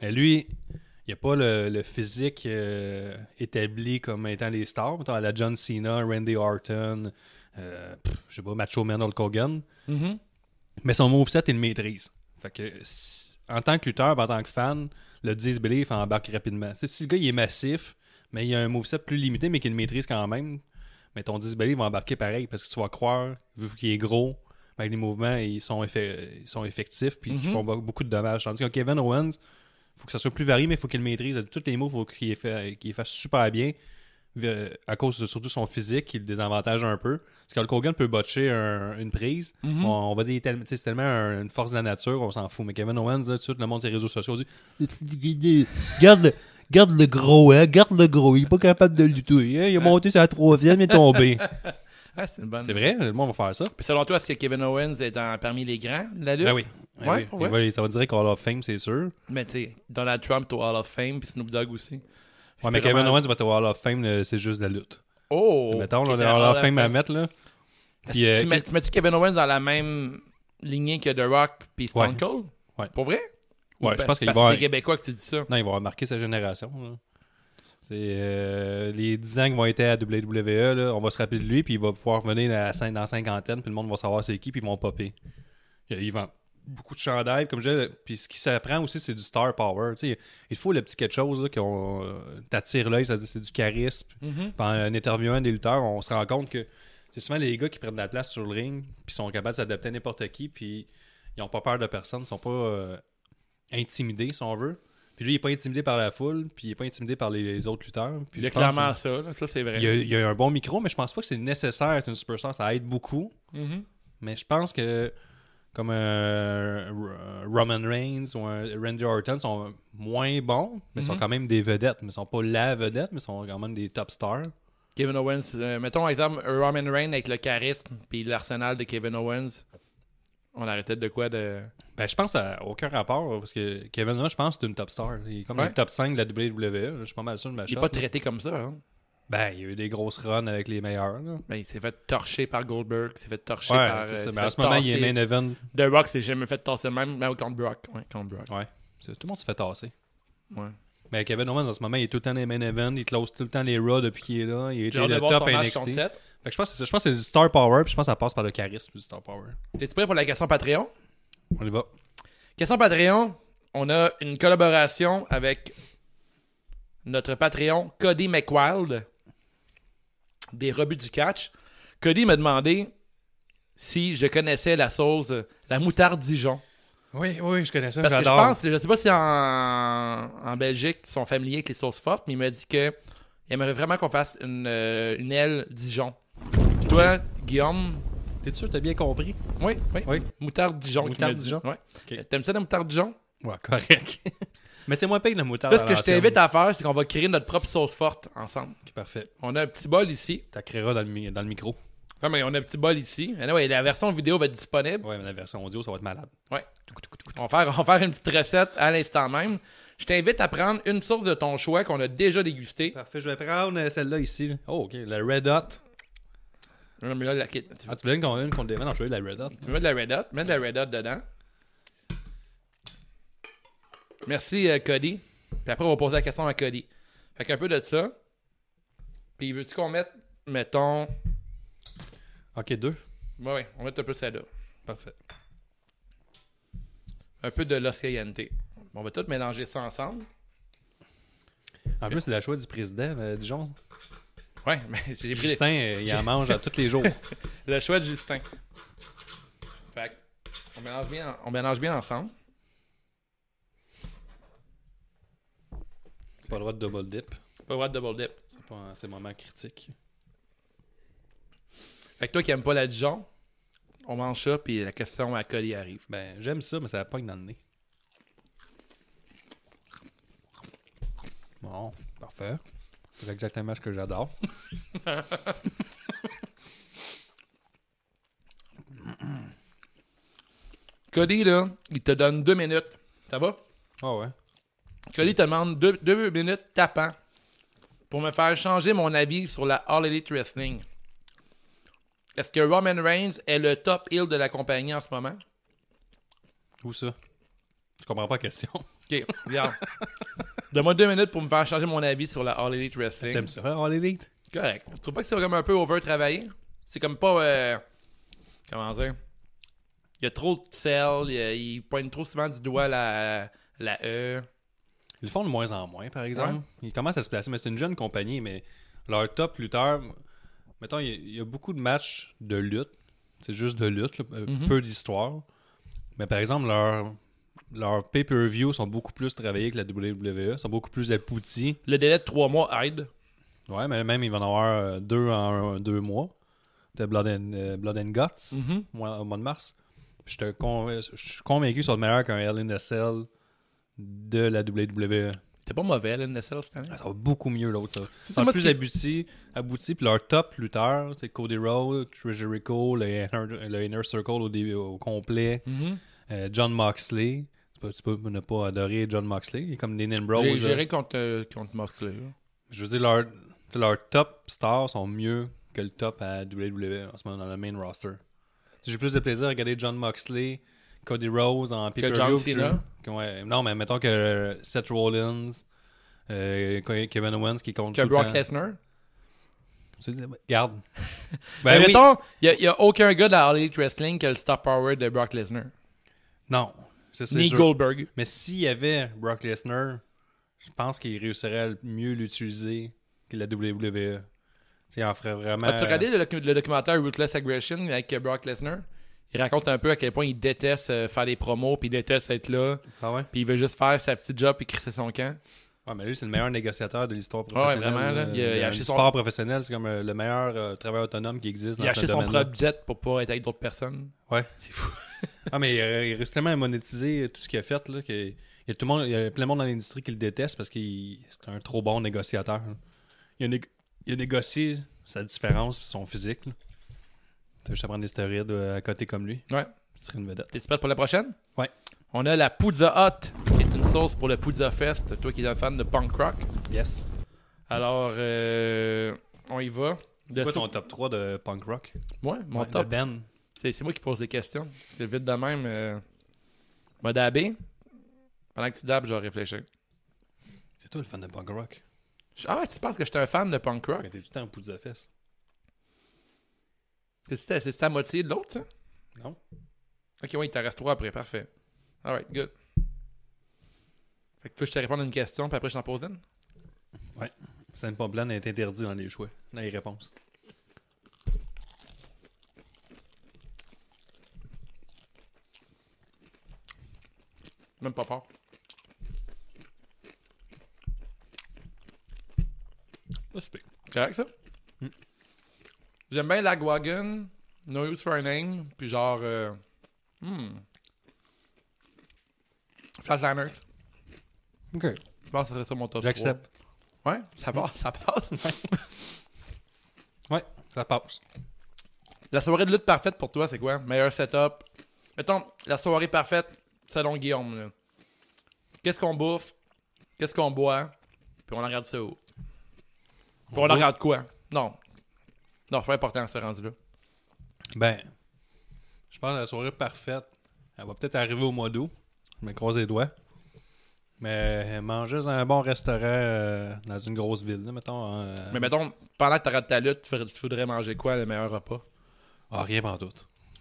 Mais lui, il n'y a pas le, le physique euh, établi comme étant les stars. Mettons, à la John Cena, Randy Orton, euh, pff, je sais pas, Macho Man, Hulk Hogan. Mais son moveset, il le maîtrise. Fait que, si- en tant que lutteur, ben, en tant que fan, le disbelief embarque rapidement. Tu sais, si le gars, il est massif, mais il a un moveset plus limité, mais qu'il le maîtrise quand même, mais ton disbelief va embarquer pareil, parce que tu vas croire, vu qu'il est gros, ben, les mouvements, ils sont, effe- ils sont effectifs, puis ils font be- beaucoup de dommages. Tandis que Kevin Owens, faut que ça soit plus varié, mais il faut qu'il le maîtrise. Tous les mots, faut qu'il les fa- qu'il les fasse super bien. Euh, À cause de surtout son physique, qui le désavantage un peu. Parce que Hulk Hogan peut botcher un- une prise. Mhm. on, on va dire, il est tellement- tu sais, c'est tellement un- une force de la nature, on s'en fout. Mais Kevin Owens, là, tout de suite, le monde sur les réseaux sociaux dit Garde, garde le gros, hein, garde le gros. Il est pas capable de lutter. hein. Il est monté sur la troisième, il est tombé. Ah, c'est une bonne. C'est vrai, le monde va faire ça. Puis selon toi, est-ce que Kevin Owens est en- parmi les grands de la lutte? Ben oui. Ben Ouais, oui. ouais. Il va- ça va dire Hall of Fame, c'est sûr. Mais tu sais, Donald Trump au Hall of Fame, puis Snoop Dogg aussi. Ouais, mais C'est Kevin vraiment- Owens va être au Hall of Fame, euh, c'est juste de la lutte. Oh! Mettons, qui là, était le à Hall of Fame à mettre, là. Est-ce Puis, que euh, tu, mets, tu mets-tu Kevin Owens dans la même lignée que The Rock puis Stone Ouais. Cold? Ouais. Pour vrai? ben, Ouais, je pense qu'il Parce va. que t'es Québécois que tu dis ça. Non, il va marquer sa génération. là. C'est euh, les 10 ans qui vont être à WWE, là, on va se rappeler de lui, puis il va pouvoir venir à la cin- dans la cinquantaine, puis le monde va savoir c'est qui, puis ils vont popper. Il il vend beaucoup de chandails, comme je disais, puis ce qui s'apprend aussi, c'est du star power. tu sais. Il faut le petit quelque chose là, qu'on euh, t'attire l'œil, c'est-à-dire c'est du charisme. Mm-hmm. Puis En interviewant des lutteurs, on se rend compte que c'est souvent les gars qui prennent de la place sur le ring, puis sont capables de s'adapter à n'importe qui, puis ils n'ont pas peur de personne, ils sont pas euh, intimidés, si on veut. Puis lui, il n'est pas intimidé par la foule, puis il n'est pas intimidé par les, les autres lutteurs. Puis Il y a je pense clairement ça, là. ça c'est que- vrai. il y a, il y a un bon micro, mais je pense pas que c'est nécessaire d'être une superstar. Ça aide beaucoup. Mhm. Mais je pense que comme euh, R- Roman Reigns ou un Randy Orton sont moins bons, mais Mm-hmm. sont quand même des vedettes. Mais sont pas la vedette, mais sont quand même des top stars. Kevin Owens, euh, mettons exemple Roman Reigns avec le charisme puis l'arsenal de Kevin Owens. On arrêtait de quoi de. Ben, je pense à aucun rapport, parce que Kevin Owens, je pense que c'est une top star. Il est comme Ouais. le top 5 de la WWE. là. Je suis pas mal sûr de ma Il shot, n'est pas là. traité comme ça. Hein? Ben, il y a eu des grosses runs avec les meilleurs. là. Ben, il s'est fait torcher par Goldberg, il s'est fait torcher Ouais, par. c'est euh, ça. il Mais s'est en fait ce moment, il est tasser. main event. The Rock s'est jamais fait tasser le même, mais contre Brock. Ouais, contre Brock. Ouais. C'est- Tout le monde se fait tasser. Ouais. Mais Kevin Owens, en ce moment, il est tout le temps dans les main event. Il close tout le temps les Raw depuis qu'il est là. Il est J'ai hâte de le voir top son match NXT. contre Seth. Fait que je pense que c'est ça. Je pense que c'est du star power, puis je pense que ça passe par le charisme du star power. T'es-tu prêt pour la question Patreon? On y va. Question Patreon, on a une collaboration avec notre Patreon Cody McWild des rebuts du catch. Cody m'a demandé si je connaissais la sauce, euh, la moutarde Dijon. Oui, oui, je connais ça. Parce que je J'adore. pense, je sais pas si en, en Belgique ils sont familiers avec les sauces fortes, mais il m'a dit que il aimerait vraiment qu'on fasse une, euh, une aile Dijon. Puis toi, Guillaume, T'es sûr que t'as bien compris? oui, oui, Oui. moutarde Dijon. qu'il Moutarde m'a dit. Dijon. Ouais. Euh, T'aimes ça la moutarde Dijon? Ouais, correct. Mais c'est moins payé que la moutarde. Ah, Là, ce que je t'invite à faire, c'est qu'on va créer notre propre sauce forte ensemble. Parfait. On a un petit bol ici. T'as créera dans le, mi- dans le micro. Non, mais on a un petit bol ici. Anyway, la version vidéo va être disponible. Ouais, mais la version audio, ça va être malade. Ouais. On va, faire, on va faire une petite recette à l'instant même. Je t'invite à prendre une sauce de ton choix qu'on a déjà dégustée. Parfait, je vais prendre euh, celle-là ici. Oh, ok. La Red Hot. Non, mais là, la- tu, veux, tu Ah, tu veux une qu'on une qu'on démarre? Non, je veux la Red Hot. veux mettre de la Red Hot? Mets de la Red Hot dedans. Merci, euh, Cody. Puis après, on va poser la question à Cody. Fait qu'un peu de ça. Puis veux-tu qu'on mette, mettons... Ok, deux. Ouais, ouais, on va mettre un peu ça là. Parfait. un peu de Los Cayente. On va tout mélanger ça ensemble. En plus, c'est la choix du président, euh, Dijon. Ouais, mais j'ai pris Justin, euh, il en mange à tous les jours. le choix de Justin. Fait que, on mélange bien, on mélange bien ensemble. Pas le droit de double dip. Pas le droit de double dip. C'est pas un- c'est un moment critique. Fait que toi qui aimes pas la Dijon, on mange ça puis la question à colis arrive. Ben, j'aime ça, mais ça pogne dans le nez. Bon, parfait. C'est exactement ce que j'adore. Cody là, il te donne deux minutes. Ça va? Ah ouais. Cody te demande deux, deux minutes tapant pour me faire changer mon avis sur la All Elite Wrestling. Est-ce que Roman Reigns est le top heel de la compagnie en ce moment? Où ça? Je comprends pas la question. Ok, regarde. Donne-moi deux minutes pour me faire changer mon avis sur la All Elite Wrestling. T'aimes ça, All Elite? Correct. Tu trouves pas que c'est comme un peu over-travaillé? C'est comme pas. euh, comment dire? Il y a trop de sel, il, y a- il pointe trop souvent du doigt la, la E. Ils le font de moins en moins, par exemple. Ils commencent à se placer, mais c'est une jeune compagnie, mais leur top lutteur, mettons, il y a- il y, a beaucoup de matchs de lutte. C'est juste de lutte, là, euh, peu d'histoire. Mais par exemple, leurs leur pay-per-view sont beaucoup plus travaillés que la WWE, sont beaucoup plus aboutis. Le délai de trois mois aide. Ouais, mais même, il va en avoir euh, deux en un- deux mois. T'as Blood and, euh, Blood and Guts, mois- au mois de mars. Puis Je, te con- je suis convaincu qu'ils sont meilleurs qu'un Hell in a Cell de la WWE. T'es pas mauvais, là, Nessel, cette année. Ah, Ça va beaucoup mieux l'autre, ça. C'est C'est moi, plus ce qui- abouti, abouti, puis leur top lutteur, c'est Cody Rhodes, Treasurico, le Inner, le Inner Circle au, début, au complet, Mm-hmm. euh, John Moxley. Tu peux, tu peux ne pas adorer John Moxley, il est comme Dean Ambrose. J'ai là. géré contre, euh, contre Moxley. là. Je veux dire, leurs leurs top stars sont mieux que le top à WWE en ce moment dans le main roster. J'ai plus de plaisir à regarder John Moxley, Cody Rose en pay John Cena. non, mais mettons que euh, Seth Rollins, euh, Kevin Owens qui compte Que tout le Brock temps. Lesnar. Tu sais, Regarde. Ben ben oui. mettons, il n'y a, aucun gars dans All Elite Wrestling qui a le star power de Brock Lesnar. Non. Ça, c'est Ni sûr. Goldberg. Mais s'il y avait Brock Lesnar, je pense qu'il réussirait à mieux l'utiliser que la WWE. Tu sais, il en ferait vraiment. As-tu regardé le, docu- le documentaire Ruthless Aggression avec euh, Brock Lesnar? Il raconte un peu à quel point il déteste euh, faire des promos, puis il déteste être là, Ah ouais? puis il veut juste faire sa petite job puis crisser son camp. Ouais, mais lui, c'est le meilleur négociateur de l'histoire ouais, professionnelle. vraiment, là. euh, Il a- il a dans acheté le son- sport professionnel, c'est comme euh, le meilleur euh, travailleur autonome qui existe dans il a ce acheté son domaine-là. propre jet pour pouvoir être avec d'autres personnes. Ouais. C'est fou. Ah, mais il, euh, il réussit tellement à monétiser euh, tout ce qu'il a fait, là, que il y a tout le monde, il y a plein de monde dans l'industrie qui le déteste parce qu'il c'est un trop bon négociateur. là. Il a, nég- il a négocié sa différence et son physique. là. T'as juste à prendre des stéroïdes euh, à côté comme lui. Ouais. Tu serais une vedette. T'es prêt pour la prochaine? Ouais. On a la Puzza Hut, qui est une sauce pour le Puzza Fest. Toi qui es un fan de punk rock. Yes. Alors, euh, on y va. De C'est quoi sou- ton top 3 de punk rock? Ouais, mon Ouais, top. de Ben. C'est c'est moi qui pose des questions. C'est vite de même. Euh... Va dabber. Pendant que tu dabs, je vais réfléchir. C'est toi le fan de punk rock. Je- Ah ouais, tu penses que j'étais un fan de punk rock? Mais T'es tout le temps au pouls de la fesse. C'est- C'est c'est sa moitié de l'autre, ça? Non. Ok, oui, il t'en reste trois après. Parfait. Alright, good. Fait que tu veux que je te réponde à une question, puis après je t'en pose une? Scène pas blanc est interdit dans les choix, dans les réponses. Même pas fort. C'est correct, ça? Hmm. J'aime bien Lagwagon, No Use for a Name, puis genre... Euh, hmm. Flatliners. Ok. Je pense que ce serait ça mon top J'accepte. trois. Ouais, ça passe, ça passe. Ouais, ça passe. La soirée de lutte parfaite pour toi, c'est quoi? Meilleur setup? Mettons, la soirée parfaite, selon Guillaume. là. Qu'est-ce qu'on bouffe? Qu'est-ce qu'on boit? Puis on en regarde ça où? Puis on, en boit- regarde quoi? Non. Non, c'est pas important, ce rendu-là. Ben, je pense que la soirée parfaite, elle va peut-être arriver au mois d'août. Je me croise les doigts. Mais euh, manger dans un bon restaurant euh, dans une grosse ville, là, mettons. euh, Mais ben- mettons, pendant que tu regardes ta lutte, tu ferais- tu voudrais manger quoi le meilleur repas? ah, rien pendant tout.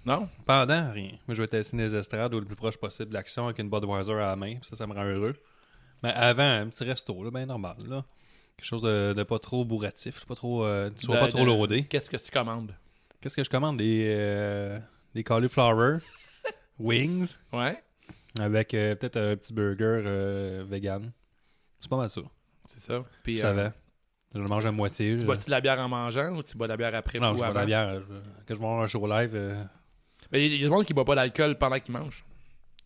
Non? Pendant, rien. Moi, je vais tester les estrades ou le plus proche possible de l'action avec une Budweiser à la main. puis Ça, ça me rend heureux. Mais avant, un petit resto, là, bien normal. Là. Quelque chose de, de pas trop bourratif, pas trop, euh, soit De- pas trop de- loadé. Qu'est-ce que tu commandes? Qu'est-ce que je commande? Des, euh, des cauliflower, wings, Ouais? avec euh, peut-être un petit burger euh, vegan. C'est pas mal ça. C'est ça. Puis, Je euh, savais. Je le mange à moitié. tu je- bois-tu de la bière en mangeant ou tu bois de la bière après Non, ou je bois de la avant? bière. euh, Quand je vais avoir un show live, euh, Mais il y a des gens qui boivent pas d'alcool pendant qu'ils mangent.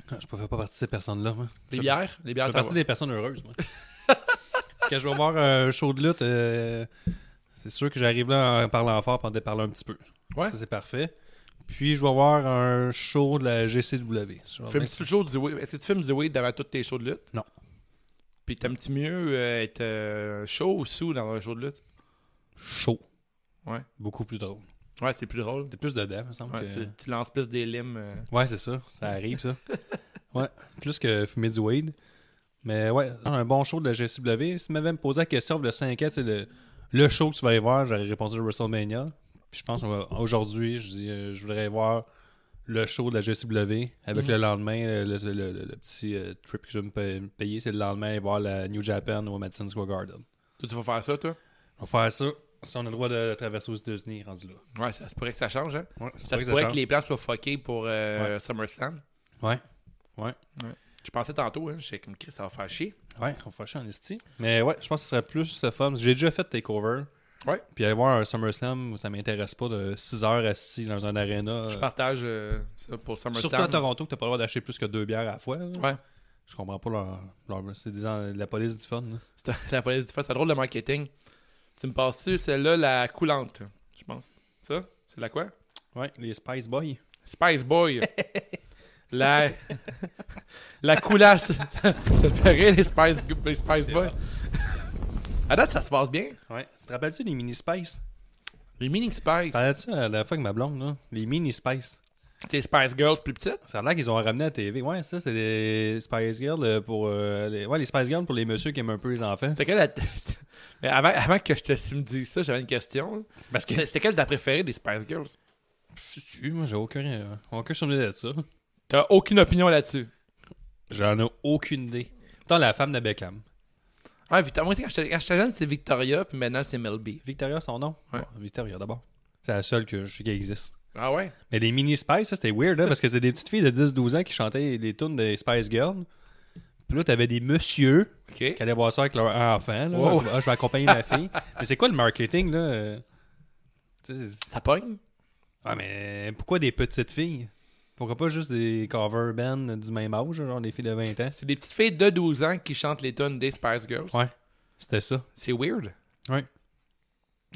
je ne fais pas partie de ces personnes-là. moi. Les Je- bières? Les bières, Je fais ça partie va. des personnes heureuses, moi. Quand je vais voir un show de lutte, euh, c'est sûr que j'arrive là en parlant fort pour en déparler un petit peu. Ouais. Ça, c'est parfait. Puis, je vais voir un show de la GCW. Je vais bien- Filmes-tu toujours du weed? Est-ce que tu filmes du weed devant tous tes shows de lutte? Non. Puis t'aimes-tu mieux euh, être euh, chaud ou sous dans un show de lutte? Chaud. Ouais. Beaucoup plus drôle. Ouais, c'est plus drôle. T'es plus dedans, il me semble. Ouais, que- c'est- Tu lances plus des limes. euh. Ouais, c'est ça. Ça arrive, ça. ouais. Plus que fumer du weed. Mais ouais, un bon show de la GCW. Si tu m'avais posé la question le 5 ans, c'est le, le show que tu vas aller voir, j'aurais répondu le WrestleMania. Puis je pense qu'on va- aujourd'hui, je dis, euh, je voudrais voir le show de la GCW avec le lendemain, le, le- le- le- le petit euh, trip que je vais me pa- payer, c'est le lendemain aller voir la New Japan au Madison Square Garden. Toi, tu vas faire ça, toi? On va faire ça. Si on a le droit de, traverser aux États-Unis, rendu là. Ouais, ça se pourrait que ça change, hein? Ouais, Ça se pourrait que, les plans soient fuckés pour euh, SummerSlam. Ouais. Ouais. Je pensais tantôt, hein, j'étais comme Chris, ça va faire chier. Ouais, on va chier en esti. Mais ouais, je pense que ce serait plus le fun. J'ai déjà fait Takeover. Ouais. Puis aller voir un SummerSlam où ça m'intéresse pas de 6 heures assis dans un arena. Je partage euh, ça pour SummerSlam. Surtout à Toronto que t'as pas le droit d'acheter plus que deux bières à la fois. là. Ouais. Je Je comprends pas leur. leur- c'est des en- la police du fun. là. C'est la police du fun, c'est drôle le marketing. Tu me passes-tu celle-là, la coulante, je pense. Ça? C'est la quoi? Ouais, les Spice Boys. Spice Boy. la... la coulasse. ça te fait rire, les Spice, les Spice C'est Boys. vrai. à date, ça se passe bien. Ouais. Tu te rappelles-tu des mini Spice Les mini Spice. Parlais-tu à la fois avec ma blonde, là Les mini Spice. C'est les Spice Girls plus petites. Ça a l'air qu'ils ont ramené à la TV. Ouais, ça, c'est des Spice Girls euh, pour. euh, les... Ouais, les Spice Girls pour les messieurs qui aiment un peu les enfants. C'est quelle la... Mais avant, avant que je te tu me dise ça, j'avais une question. Parce que. C'est c'est quelle ta préférée des Spice Girls? Tu, moi, j'ai aucun, euh, aucun souvenir de ça. T'as aucune opinion là-dessus. J'en ai aucune idée. Pourtant, la femme de Beckham. Ah, Victor... Moi, tu sais, quand j'étais quand j'étais jeune, c'est Victoria, puis maintenant, c'est Mel B. Victoria, son nom Ouais. Bon, Victoria, d'abord. C'est la seule que je sais qui existe. Ah ouais? Mais les mini Spice, ça, c'était weird, hein, parce que c'était des petites filles de 10-12 ans qui chantaient les tunes des Spice Girls. Puis là, t'avais des messieurs OK. qui allaient voir ça avec leur enfant. Là, Wow. Ah, je vais accompagner ma fille. mais c'est quoi le marketing, là euh? Tu sais, c'est- Ça pogne? Ah, mais pourquoi des petites filles Pourquoi pas juste des cover bands du même âge, genre des filles de 20 ans C'est des petites filles de 12 ans qui chantent les tunes des Spice Girls. Ouais. C'était ça. C'est weird. Ouais.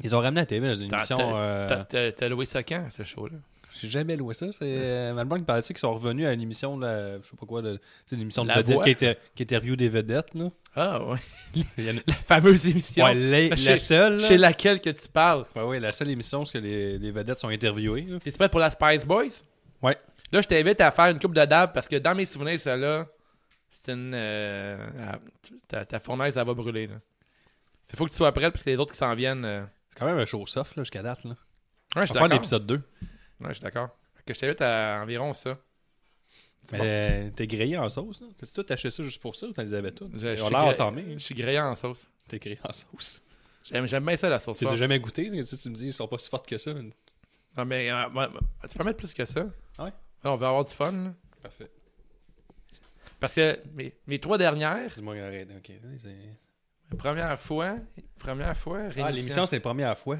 Ils ont ramené à la TV dans une Ah, T'as- émission. t'as- euh, T'as t'as- t'as loué ça quand, ce show-là? J'ai jamais loué ça. C'est euh, Malbon qui parlait de ça, qu'ils sont revenus à l'émission, là, je sais pas quoi, de- tu sais, l'émission de La vedettes Voix. qui, était, qui interview des vedettes. Là. Ah ouais. Il y en a- La fameuse émission. Ouais, la, la Chez- seule. là. Chez laquelle que tu parles. Ouais, ouais, la seule émission, c'est que les, les vedettes sont interviewées. là. T'es prêt pour la Spice Boys? Ouais. Là, je t'invite à faire une coupe de dab parce que dans mes souvenirs, celle-là, c'est une. euh, ah, tu- ta, ta fournaise, elle va brûler. Il faut que tu sois prêt parce que les autres qui s'en viennent. euh, C'est quand même un show soft là, jusqu'à date. Là. Ouais, je On suis va faire d'accord. l'épisode 2. Ouais, je suis d'accord. Fait Que je t'invite à environ ça. C'est Mais euh, t'es grillé en sauce. Là. T'as-tu tout acheté ça juste pour ça ou t'en les avais toutes? Je- je On suis l'a gré- entamé. hein. Je suis grillé en sauce. T'es grillé en sauce. J'aime j'aime bien ça, la sauce. Tu les as forte. jamais goûté. là, Tu, sais, tu me dis, ils sont pas si fortes que ça. Non, mais euh, ouais, ouais, tu peux en mettre plus que ça. Ah Ouais. Alors, on va avoir du fun. là. Parfait. Parce que mes, mes trois dernières, Dis-moi, arrête. ok. C'est- première fois, première fois, Ah, rémission. l'émission, c'est première fois.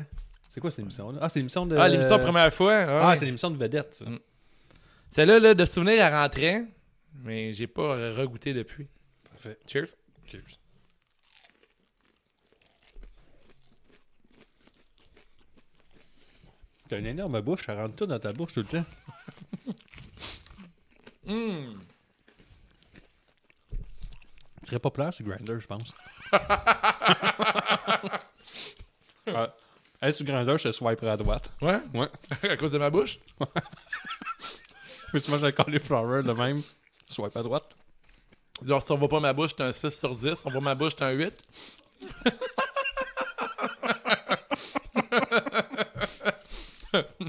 C'est quoi cette émission-là? Ah, c'est l'émission de. Ah, l'émission première fois. Ah, ouais. c'est l'émission de vedette, ça. Mm. Celle-là, là, de souvenir, elle rentrait, mais j'ai pas re- regoûté depuis. Parfait. Cheers. Cheers. T'as une énorme bouche, ça rentre tout dans ta bouche tout le temps. Hmm. Tu serais populaire sur Grinder, je pense. ouais. Hey, sur Grinder, je swiperais à droite. Ouais? Ouais. à cause de ma bouche? Mais si moi j'ai le flower de même, swipe à droite. Genre, si on voit pas ma bouche, c'est un 6 sur 10. On voit ma bouche, c'est un 8.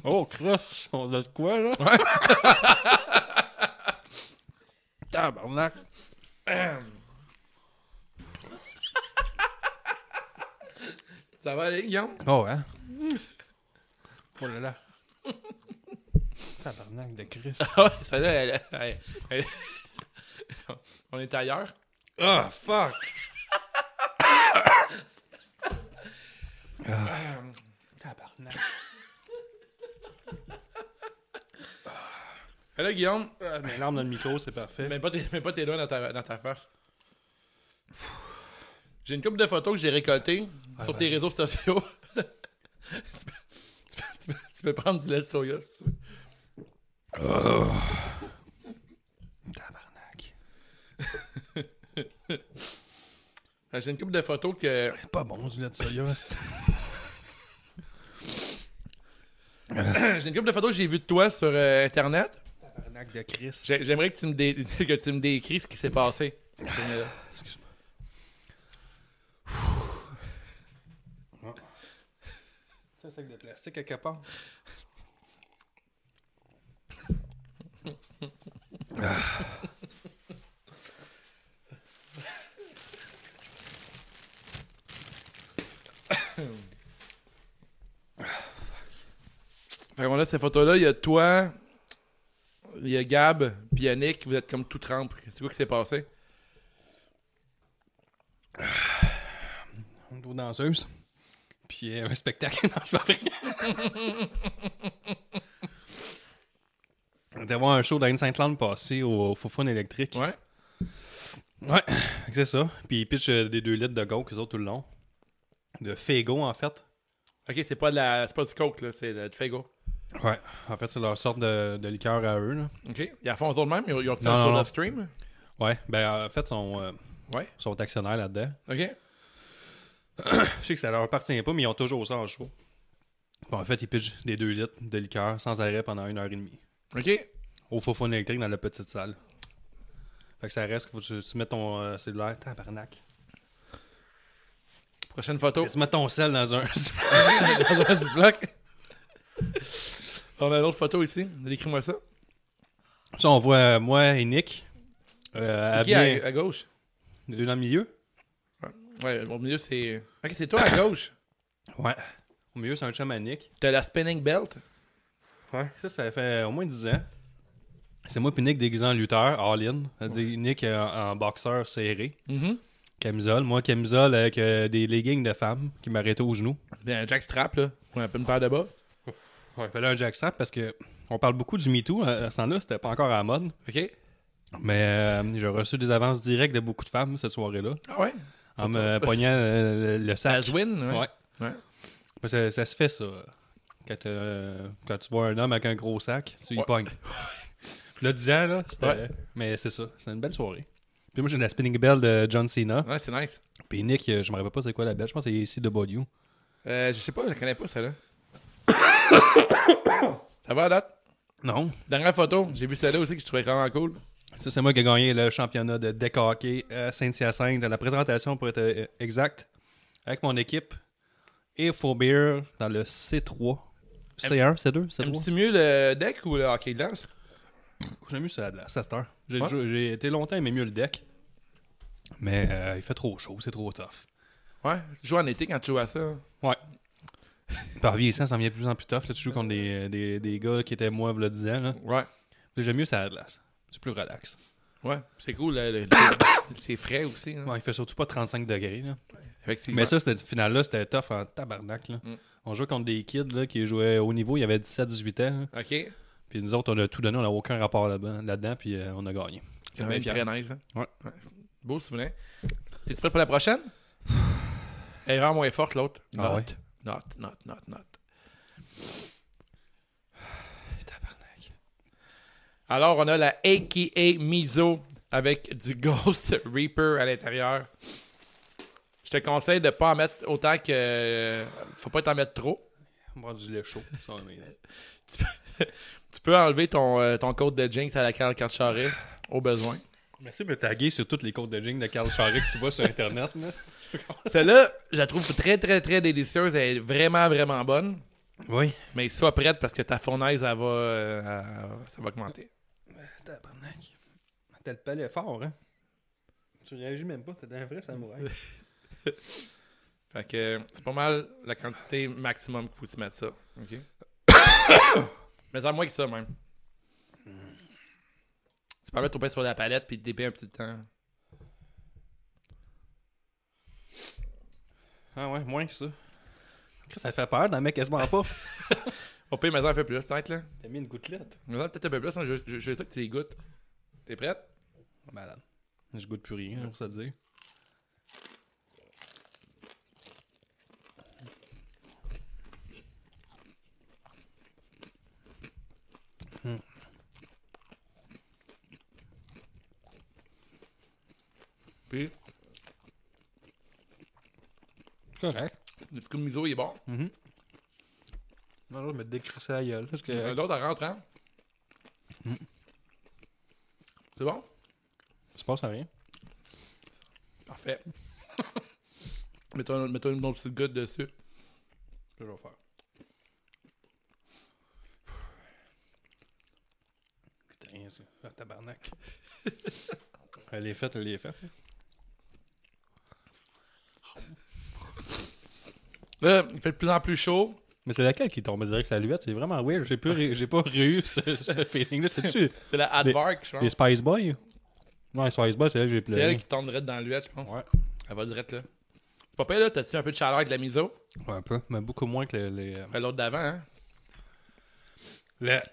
Oh, crosse, on a de quoi, là? Tabarnak! Ça va aller, Guillaume? Oh, hein? Oh là là. Tabarnak de Christ. Ah, celle-là, elle- elle- elle- on est ailleurs. Oh, fuck! Ah. Euh, Tabarnak. Et là, Ah. Guillaume, Mes larmes dans le micro, c'est parfait. mets pas tes, mets pas tes doigts dans ta, dans ta face. J'ai une couple de photos que j'ai récoltées Ah, sur tes réseaux sociaux. tu, peux, tu peux- tu peux prendre du lait de soya si tu veux. Oh. Tabarnak. Euh, J'ai une couple de photos que. Pas bon, du lait de soya. c'est- j'ai une couple de photos que j'ai vues de toi sur euh, Internet. Tabarnak de Christ. J'ai- J'aimerais que tu me dé- que tu me décris ce qui s'est passé. Excuse-moi. C'est un sac de plastique quelque part. Fait qu'on a ces photos-là, il y a toi, il y a Gab, puis il y a Nick, vous êtes comme tout trempe. C'est quoi qui s'est passé? une autre danseuse. Puis euh, un spectacle. Non, c'est pas vrai. On était voir un show d'Anne Saint-Land passer au Fofone électrique. Ouais. Ouais, c'est ça. Puis ils pitchent euh, des 2 litres de coke, eux autres, tout le long. De Fego, en fait. Ok, c'est pas, de la... c'est pas du coke, là, c'est de- du Fego. Ouais. En fait, c'est leur sorte de, de liqueur à eux, là. Ok. Ils la font eux autres même, ils ont ils ont fait Non, ça non, sur non. leur stream. Ouais. Ben, en fait, sont, euh, Ouais. sont actionnaires là-dedans. Ok. Je sais que ça leur appartient pas, mais ils ont toujours ça en show. Bon, en fait, ils pitchent des 2 litres de liqueur sans arrêt pendant une heure et demie. Ok. Au faux fond électrique dans la petite salle. Fait que ça reste qu'il faut que tu, tu mettes ton euh, cellulaire. Tabarnak. Prochaine photo. Tu mets ton sel dans un. Dans un ziploc. On a une autre photo ici. Décris-moi ça. ça, on voit euh, moi et Nick. Euh, C'est qui à, habillés- à gauche deux dans le milieu. Ouais, au milieu, c'est. Ok, c'est toi à gauche. Ouais. Au milieu, c'est un chum à Nick. T'as la spinning belt. Ouais. Ça, ça fait au moins 10 ans. C'est moi puis Nick déguisé en lutteur, all-in. C'est-à-dire Nick en, en boxeur serré, Mhm. camisole. Moi, camisole avec euh, des leggings de femme qui m'arrêtaient aux genoux. Ben, Jack Strap, là. Ouais, un peu une paire de bas. Ouais, fallait un jackstrap parce que on parle beaucoup du MeToo. À, à ce temps-là, c'était pas encore à la mode. Ok. Mais euh, j'ai reçu des avances directes de beaucoup de femmes cette soirée-là Ah ouais. en me pognant euh, le, le sac. Aswin, ouais. Ouais. Ouais. Parce que ça se fait, ça. Quand, euh, quand tu vois un homme avec un gros sac, tu y Ouais. pognes. le 10 ans, là, c'était. Ouais. Mais c'est ça. C'est une belle soirée. Puis moi, j'ai la spinning bell de John Cena. Ouais, c'est nice. Puis Nick, euh, je me rappelle pas c'est quoi la belle. Je pense que c'est ICW. Euh, je sais pas, je la connais pas celle-là. ça va, date? Non. Dernière photo, j'ai vu celle-là aussi que je trouvais vraiment cool. Ça, c'est moi qui ai gagné le championnat de deck hockey à Saint-Hyacinthe. La présentation, pour être euh, exact, avec mon équipe et Faubier dans le C3. C1, C2, C3. Aimes-tu mieux le deck ou le hockey de lance? J'aime mieux ça la glace, à cette heure. J'ai Ouais. jou- j'ai été longtemps aimé mieux le deck. Mais euh, il fait trop chaud, c'est trop tough. Ouais, tu joues en été quand tu joues à ça. Ouais. Par vieillissant, ça en vient de plus en plus tough. Là, tu joues contre des, des, des gars qui étaient moi, voilà 10 ans. là. Ouais, J'aime mieux ça la glace. C'est plus relax. ouais, c'est cool. le- le- le- c'est frais aussi. hein. Ouais, il fait surtout pas 35 degrés. Là. Effectivement. Mais ça, c'était final-là, c'était tough en tabarnak. Là. On jouait contre des kids là, qui jouaient au niveau, il y avait 17-18 ans. là. Ok, quand Puis nous autres, on a tout donné, on n'a aucun rapport là-dedans, là-dedans, puis euh, on a gagné. même fier. très nice. hein. Ouais. Beau souvenir. T'es-tu prêt pour la prochaine? Erreur moins forte, l'autre. Ah ouais. not, not, not, not. Tabarnak. Alors, on a la AKA Miso avec du Ghost Reaper à l'intérieur. Je te conseille de pas en mettre autant que. Faut pas t'en mettre trop. Boire du lait chaud. ça, on est- Tu peux enlever ton, euh, ton code de Jinx à la Carl Carcharé au besoin. Merci de me taguer sur toutes les côtes de jing de Carl Charret que tu vois sur Internet. Là. Celle-là, je la trouve très, très, très délicieuse. Elle est vraiment, vraiment bonne. Oui. Mais sois prête parce que ta fournaise, elle va, euh, elle- ça va augmenter. Tabarnak. T'as le palais fort, hein? Tu réagis même pas, t'es un vrai samouraï. Fait que c'est pas mal la quantité maximum qu'il faut que tu mettes ça. OK? Mais à moins que ça, même. Tu permets de tomber sur la palette puis de déper un petit temps. Ah ouais, moins que ça. Chris, Ça fait peur, d'un mec quasiment pas. Au pire, maintenant, un peu plus, peut-être, là. T'as mis une gouttelette. Maintenant, peut-être un peu plus. hein. Je je- je veux ça que tu les goûtes. T'es prête? Malade. Je goûte plus rien, pour ça te dire. Puis, Correct. le petit coup de miso, il est bon. Non, je me décrisser la gueule. Parce que... L'autre, elle rentre, hein? Mm. C'est bon? Ça passe à rien. Parfait. mettons, mettons une autre petite goutte dessus. Je vais faire. Putain, rien, ça. Ah, tabarnak. elle est faite, elle est faite. Là, il fait de plus en plus chaud. Mais c'est laquelle qui tombe direct sa luette? C'est vraiment weird. J'ai pas, ré- j'ai pas réu ce, ce feeling-là. C'est-tu C'est la Advark, je les pense. Spice Boys? Non, les Spice Boys, c'est là que j'ai C'est elle pleuré. qui tombe direct dans l'huile, je pense. Ouais. Elle va direct là. C'est pas pire, là. T'as-tu un peu de chaleur avec la miso? Ouais, un peu. Mais beaucoup moins que le- les... euh, Après l'autre d'avant, hein? La,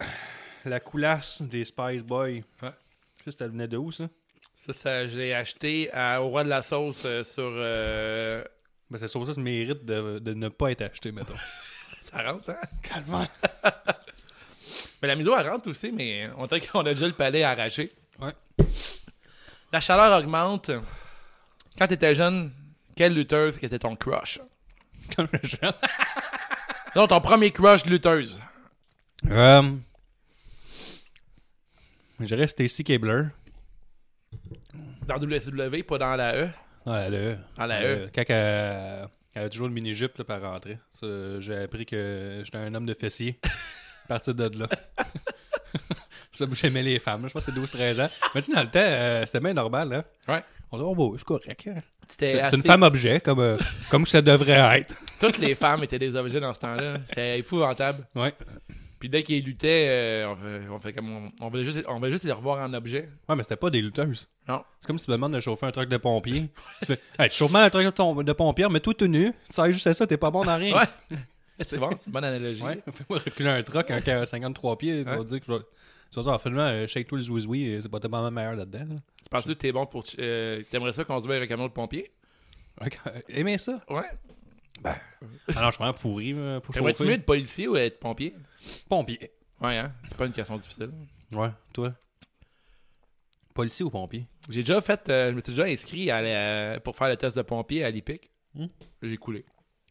la coulasse des Spice Boys. Ouais. Ça, ça venait de où, ça? Ça, ça je l'ai acheté à- au roi de la sauce euh, sur. euh, Ben, cette sauce-là se mérite de, de ne pas être achetée, mettons. ça rentre, hein? Calvaire. Mais la miso, elle rentre aussi, mais on dirait qu'on a déjà le palais arraché. Ouais. La chaleur augmente. Quand t'étais jeune, quelle lutteuse qui était ton crush? Comme le jeune. Non, ton premier crush de lutteuse. Euh, je reste Stacy Cabler. Dans WSW, pas dans la E. Ah, elle a Ah, elle a Euh, Quand elle, elle a toujours une mini-jupe là, par rentrée. Ça, J'ai appris que j'étais un homme de fessier. À partir de là. ça, j'aimais les femmes. Je pense que c'est 12-13 ans. Mais tu sais, dans le temps, euh, c'était bien normal. Hein? Ouais. On dit, oh, bon, c'est correct. hein. C'était C'est assez- c'est une femme objet, comme, euh, comme ça devrait être. Toutes les femmes étaient des objets dans ce temps-là. C'était épouvantable. Ouais. Puis dès qu'ils luttaient, euh, on, fait- on fait comme on, on voulait juste, on voulait juste les revoir en objet. Ouais, mais c'était pas des lutteuses. Non. C'est comme si tu me demandes de chauffer un truc de pompier. tu fais, hey, tu chauffes mal un truc de, ton- de pompier, mais tout tenu. Tu sais juste à ça, t'es pas bon dans rien. Ouais. C'est bon, c'est une bonne analogie. Ouais, fais-moi reculer un truck en 53 pieds, tu vas dire que je vais- tu vas dire, ah, finalement, euh, shake tous les ouisoui, euh, c'est pas tellement meilleur là-dedans. Tu penses que t'es bon pour. euh, T'aimerais ça conduire un camion de pompier? là. Ok, euh, Aimez ça. Ouais. Alors, je suis vraiment pourri euh, pour T'aimerais-tu mieux chauffer. être policier ou être pompier? Pompier. Ouais, hein? C'est pas une question difficile. Ouais, toi. Policier ou pompier? J'ai déjà fait. euh, je me suis déjà inscrit à la- pour faire le test de pompier à l'IPIC. Hmm? J'ai coulé.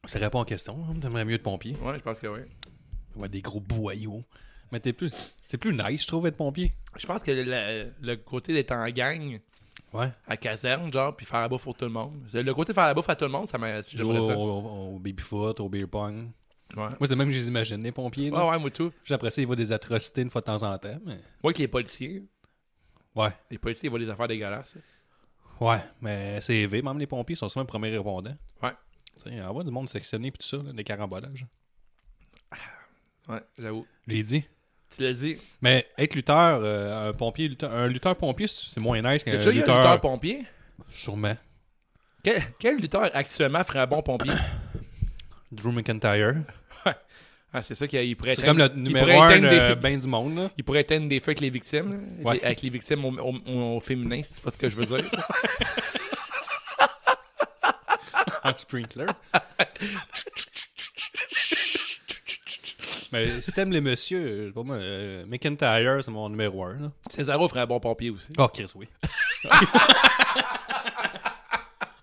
Ça répond en question. hein, T'aimerais mieux être pompier. Ouais, je pense que oui. Ouais, des gros boyaux. Mais t'es plus. C'est plus nice, je trouve, être pompier. Je pense que le, le côté d'être en gang Ouais. à caserne, genre, puis faire la bouffe pour tout le monde. C'est- Le côté de faire la bouffe à tout le monde, ça m'a. Jouer J'aimerais au, ça. au, au baby-foot, au beer pong. Ouais. Moi, c'est même que je les imagine, les pompiers. là. Ouais, ouais, moi tout. Puis après ça, ils voient des atrocités une fois de temps en temps. Mais... Moi qui est policier, Ouais. les policiers ils voient des affaires dégueulasses. Ouais, mais c'est élevé. Même les pompiers sont souvent les premiers répondants. Ouais. Tu sais, envoie du monde sectionné puis tout ça, là, des carambolages. Ouais, j'avoue. Je l'ai dit. Tu l'as dit. Mais être lutteur, euh, un pompier, lutteur- un lutteur pompier, c'est moins nice qu'un T'as déjà Euh, lutteur... eu un lutteur pompier? Sûrement. Quel, quel lutteur actuellement ferait un bon pompier? Drew McIntyre. ah, c'est ça qu'il pourrait C'est éteindre- comme le il numéro pourrait un éteindre des- de ben du monde, là. Il pourrait éteindre des feux avec les victimes, là. Ouais. Avec les- avec les victimes au, au- au féminin, si tu vois ce que je veux dire. Un sprinkler. mais si t'aimes les messieurs, pour moi, euh, McIntyre, c'est mon numéro un, là. Césaro ferait un bon pompier aussi. Oh, Chris, oui.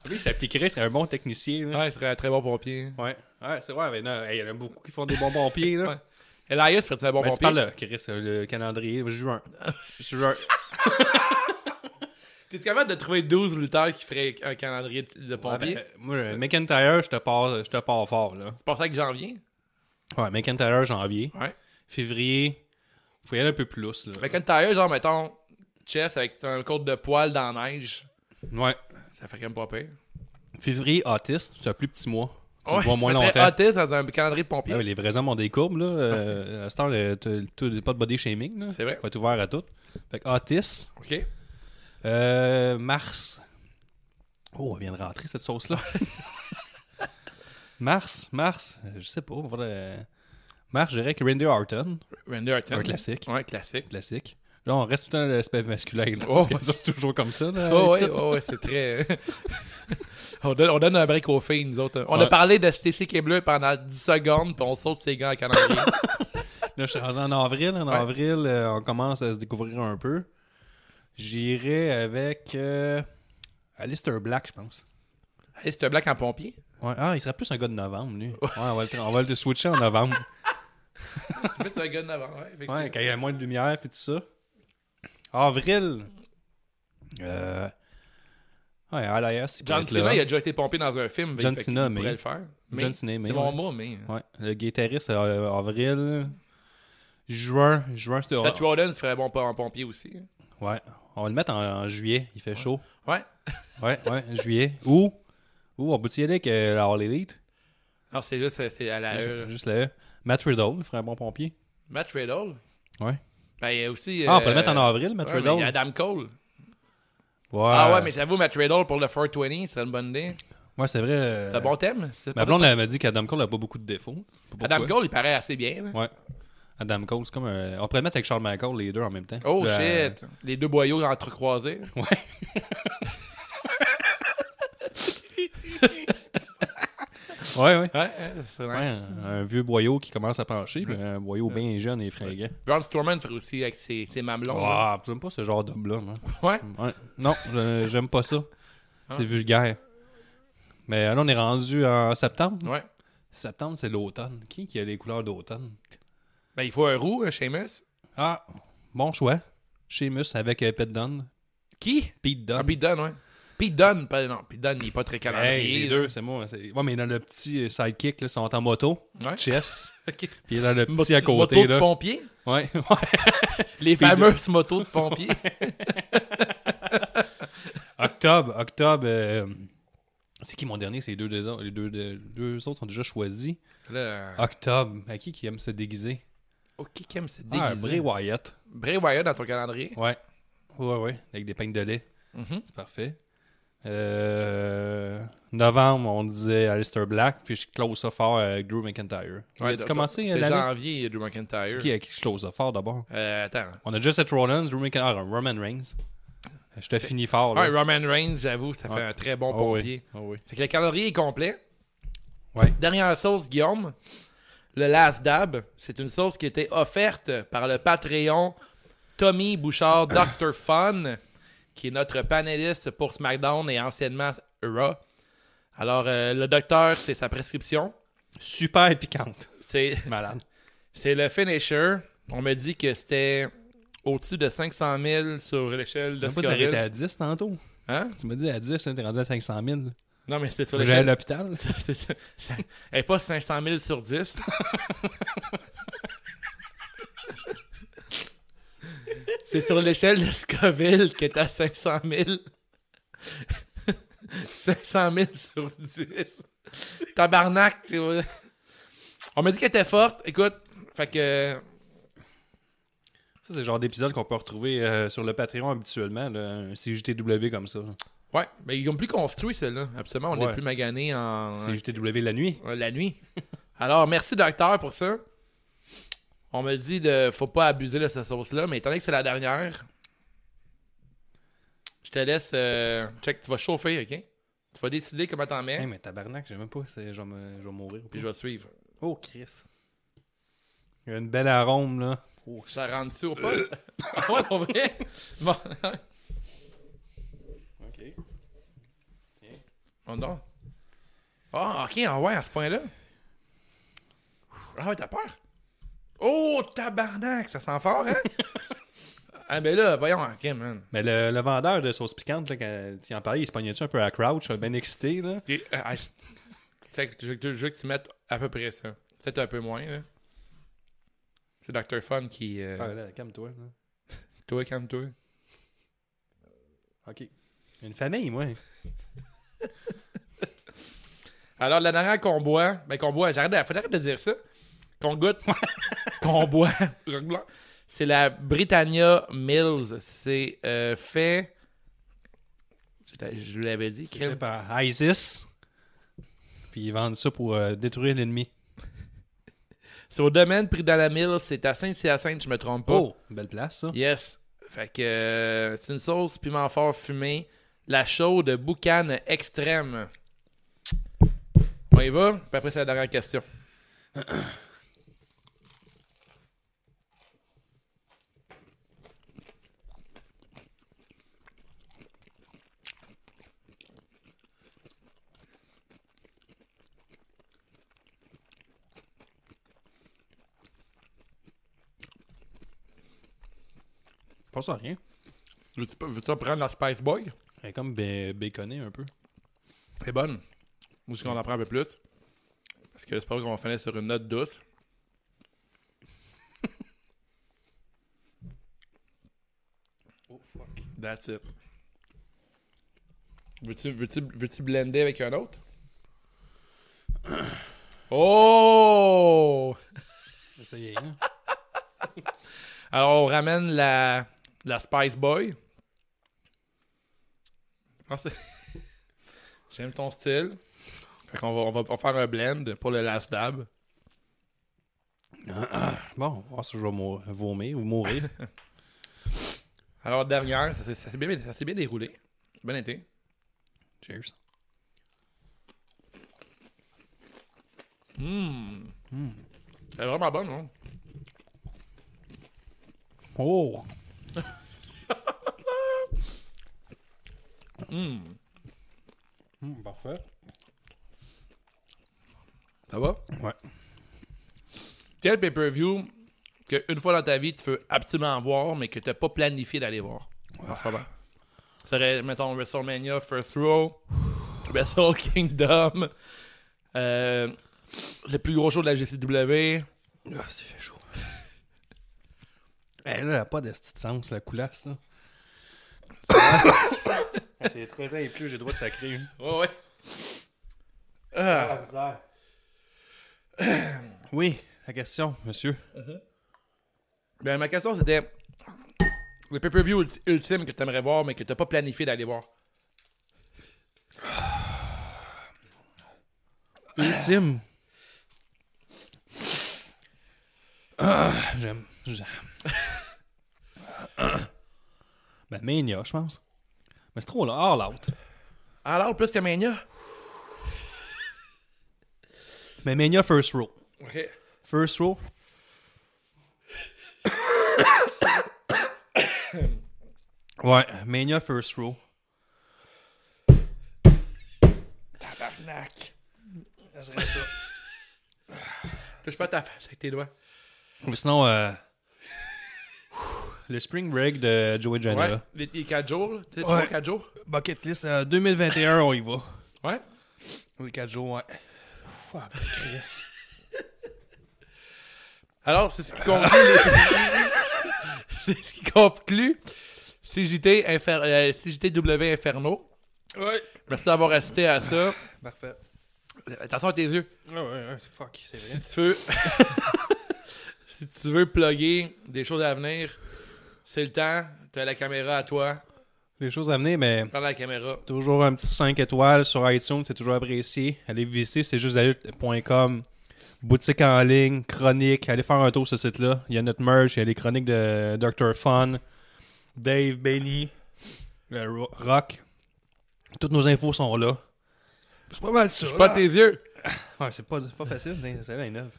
Lui, il s'appliquerait, c'est un bon technicien. là. Ouais, il serait un très bon pompier. Ouais, ouais c'est vrai, mais non, hey, il y en a beaucoup qui font des bons pompiers, là. Ouais. Elias ferait un bon Ben, tu pompier? parles là, Chris, euh, le calendrier, juin. juin. T'es capable de trouver 12 lutteurs qui feraient un calendrier de- de Ouais, pompier? ben, euh, moi, euh, McIntyre, je te pars, euh, je te pars fort, là. C'est pour ça que j'en viens. Ouais, McIntyre, janvier. Ouais. Février, faut y aller un peu plus, là. Fait qu'un tailleur, genre, mettons, chess avec un côte de poil dans la neige, Ouais. ça ferait quand même pas pire. Février, autiste, c'est un plus petit mois. Tu Ouais, le vois tu moins mettrais longtemps. autiste dans un calendrier de pompier. Ah oui, les vrais hommes ont des courbes, là. Euh, à ce temps, le- t'as- t'as pas de body shaming, là. C'est vrai. Faut être ouvert à tout. Fait que autiste. OK. Euh, mars. Oh, elle vient de rentrer cette sauce-là. mars, mars, euh, je sais pas. on va, euh, Mars, je dirais que Randy Orton, Randy Orton. Un classique. Ouais, classique. classique. Là, on reste tout le temps dans l'aspect masculin. là, Oh, parce que ça, c'est toujours comme ça. Là, Oh, ici. ouais, oh, ouais, c'est très. on, donne, on donne un break aux filles, nous autres. On a Ouais. parlé de Stacy Bleu pendant 10 secondes, puis on saute ses gants à calendrier. Là, je suis rendu en avril. En Ouais. avril, euh, on commence à se découvrir un peu. J'irai avec euh, Alistair Black, je pense. hey, c'est un black en pompier. Ouais, Ah, il serait plus un gars de novembre, lui. Ouais, on va le, tra- on va le switcher en novembre. C'est plus un gars de avant, ouais. fait que Ouais, quand il y a moins de lumière puis tout ça. Avril. Euh... Ouais, Elias, il c'est- peut John être Cena, là. il a déjà été pompé dans un film. fait John qu'il Cena, mais- pourrait le faire. Mais John Cena, mais- C'est mon mot, mais. hein. Ouais, le guitariste, euh, avril. Juin, juin, c'est... Seth Rollins ferait bon pas en pompier aussi. Ouais, on va le mettre en, en juillet, il fait chaud. Ouais. Ouais, ouais, juillet. Ou, ou on peut y aller avec euh, la All Elite. Non, c'est juste c'est à la. Juste- euh, Juste là. Matt Riddle, il ferait un bon pompier. Matt Riddle. Ouais. Ben, il y a aussi. Ah, on euh, peut le mettre en avril, Matt ouais, mais Riddle. il y a Adam Cole. Ouais. Ah ouais, mais j'avoue, Matt Riddle pour le 420, c'est une bonne idée. Ouais, c'est vrai. euh, C'est un bon thème. C'est Ma pas- blonde, elle m'a dit qu'Adam Cole n'a pas beaucoup de défauts. Je sais pas Adam pourquoi. Cole, il paraît assez bien. là. Ouais. Adam Cole, c'est comme un... On pourrait le mettre avec Charles Michael les deux en même temps. Oh Là, shit! Les deux boyaux entrecroisés. Ouais. ouais, ouais. Ouais, hein, c'est Ouais, nice. un, un vieux boyau qui commence à pencher, puis un boyau bien jeune et fringant. Braun Strowman fait aussi avec ses, ses mamelons. là. Ah, j'aime pas ce genre d'homme-là, moi. Ouais. Ah. Ouais. Non, je- j'aime pas ça. C'est vulgaire. Mais euh, là, on est rendu en septembre. Ouais. Septembre, c'est l'automne. Qui qui a les couleurs d'automne? Ben, il faut un roux, euh, un Seamus. Ah, bon choix. Seamus avec euh, Pete Dunne. Qui? Pete Dunne. Ah, Pete Dunne, ouais. Pete Dunne, pas, non, Pete Dunne, il est pas très calendrier. Hey, les là. deux, c'est moi. c'est- Ouais, mais dans le petit euh, sidekick, là, ils sont en moto. Ouais. Chess. Ok. Puis dans le Mo- petit à côté, motos là. de pompiers. Ouais, ouais. Les Pete fameuses motos de pompiers. Octobre, octobre. euh, C'est qui mon dernier? C'est les deux, des- les deux, des- deux autres sont déjà choisis. là, euh, Octobre. À qui qui aime se déguiser? oh, qui qui aime se Ah. Ah, Bray déguiser? Wyatt. Bray Wyatt dans ton calendrier. Ouais. Ouais, ouais. Avec des peignes de lait. Mhm. C'est parfait. Euh, novembre, on disait Alistair Black, puis je close ça fort avec Drew McIntyre. Ouais, tu t'as- commencé euh, C'est l'année? janvier, Drew McIntyre. C'est qui à qui je close ça fort d'abord? Euh, attends. On a déjà Seth Rollins, Drew McIntyre, ah, Roman Reigns. Je te finis fort. Ouais, Là. Roman Reigns, j'avoue, ça fait Ouais. un très bon Oh oui. pompier. Ah oui. Fait que le calendrier est complet. Ouais. Dernière sauce, Guillaume. Le Last Dab, c'est une sauce qui était offerte par le Patreon Tommy Bouchard Dr. Fun, qui est notre panéliste pour SmackDown et anciennement Raw. Alors, euh, le docteur, c'est sa prescription. Super piquante. C'est Malade. c'est le finisher. On me dit que c'était au-dessus de 500 000 sur l'échelle de Tu pas arrêté Scoville. à 10 tantôt. Hein? Tu m'as dit à 10, là, t'es rendu à 500 000. Non, mais c'est sur J'ai à l'échelle. l'hôpital. C'est ça. Ça- Elle est pas 500 000 sur 10. C'est sur l'échelle de Scoville qui est à 500 000. 500 000 sur 10. Tabarnak. tu vois. On m'a dit qu'elle était forte. Écoute, fait que... Ça, c'est le genre d'épisode qu'on peut retrouver euh, sur le Patreon habituellement, là, un CJTW comme ça. Ouais, mais ils ont plus construit celle-là. Absolument, on n'est Ouais. plus magané en... CJTW la nuit. Euh, La nuit. Alors, merci docteur pour ça. On me dit de faut pas abuser de cette sauce-là, mais étant donné que c'est la dernière, je te laisse. euh, check, tu vas chauffer, ok? Tu vas décider comment t'en mets, Hey, mais tabarnak, je sais même pas si je vais me- je vais mourir. ou pas. puis je vais suivre. Oh, Chris. Il y a une belle arôme, là. Oh, Ça rentre sur pas? Ah ouais, pour vrai? Bon. OK. On dort. Ah, ok, ah ouais, à ce point-là. Ah ouais, t'as peur? Oh, tabarnak, ça sent fort, hein? ah, ben là, voyons, ok, man. Mais le, le vendeur de sauce piquante, là, quand tu en parlais, il se pognait-tu un peu à Crouch, bien excité, là? T'es- euh, ah, je... Check, je, je- je veux que tu mettes à peu près ça. Peut-être un peu moins, là. C'est Dr. Fun qui. euh, Ah, là, calme-toi. là. Toi, calme-toi. OK. Une famille, moi. Alors, la dernière qu'on boit, ben qu'on boit, j'arrête de, faut arrêter de dire ça. Qu'on goûte, qu'on boit, c'est la Britannia Mills. C'est euh, fait. Je, je vous l'avais dit. Créé quel- par ISIS. Puis ils vendent ça pour euh, détruire l'ennemi. C'est au domaine Britannia Mills. C'est à Saint-Hyacinthe, je me trompe pas. Oh, belle place, ça. Yes. Fait que euh, c'est une sauce piment fort fumé, la chaude boucane extrême. On y va, puis après c'est la dernière question. Pas ça, rien. Veux-tu prendre la Spice Boy? Elle est comme bé- béconnée un peu. C'est bonne. Ou si qu'on en prend un peu plus. Parce que c'est pas vrai qu'on va finir sur une note douce. oh fuck. That's it. Veux-tu veux-tu veux-tu blender avec un autre? oh! Essayez, hein? Alors, on ramène la, la Spice Boy. Je pense que- J'aime ton style. Fait qu'on va, on va, on va faire un blend pour le Last Dab. Bon, on va voir si je vais mou- vomir ou mourir. Alors, dernière, ça, s'est- ça s'est bien, ça s'est bien déroulé. Bon été. Cheers. Elle est vraiment bonne, non? Oh! Hum, parfait. Ça va? Ouais. Quel pay-per-view que une fois dans ta vie, tu veux absolument voir, mais que tu n'as pas planifié d'aller voir en ce moment? Ça serait, mettons, WrestleMania First Row, Wrestle Kingdom, euh, le plus gros show de la GCW. Ah, c'est fait chaud. Eh, Elle n'a pas de petite sens, la coulasse, là. c'est 13 ans et plus, j'ai le droit de sacrer. hein. Ouais, ouais. Ah, Oui, la question, monsieur. ben, ma question, c'était le pay-per-view ulti- ultime que tu aimerais voir, mais que tu n'as pas planifié d'aller voir. Ultime. Ah, J'aime. j'aime. Ben, Mania, je pense. Mais c'est trop là, all out. Alors, plus que Mania. Mais Mania First Row. Ok. First Row. ouais, Mania First Row. Tabarnak. Touche pas ta face avec tes doigts. Mais sinon, euh, le Spring Break de Joey Ouais, Janela. les, les 4 jours, là. Tu sais, Ouais. 4 jours. Bucket List, euh, 2021, on y va. Ouais. Oui, 4 jours, ouais. Alors, c'est ce qui conclut. c'est ce qui conclut. CJT Infer- euh, CJTW Inferno. Ouais. Merci d'avoir assisté à ça. Parfait. Ah Attention à tes yeux. Ouais, ouais, ouais, c'est fuck, c'est vrai. Si tu veux. si tu veux plugger des choses à venir, c'est le temps. T'as la caméra à toi. Les choses à venir, mais Prends la caméra. toujours un petit 5 étoiles sur iTunes, c'est toujours apprécié. Allez visiter, c'est juste la lutte.com. Boutique en ligne, chronique, allez faire un tour sur ce site-là. Il y a notre merch, il y a les chroniques de Dr. Fun, Dave, Benny, le Ro- Rock. Toutes nos infos sont là. C'est pas mal ça. Pas tes yeux. Ouais, c'est pas, c'est pas facile, mais c'est bien neuf.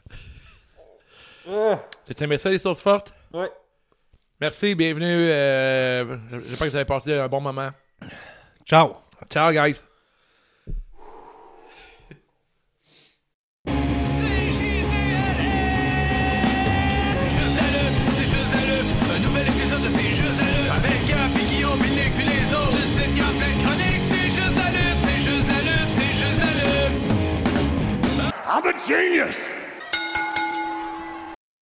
T'as aimé ça, les sources fortes? Ouais. Merci, bienvenue. Euh, J'espère que vous avez passé un bon moment. Ciao! Ciao, guys. C'est juste la lutte, c'est juste la lutte. Un nouvel épisode de C'est juste la lutte. Avec Gap, puis Guillaume, puis Nick, puis les autres. Une sitcom plein de chroniques. C'est juste la lutte, c'est juste la lutte, c'est juste la lutte. I'm a genius!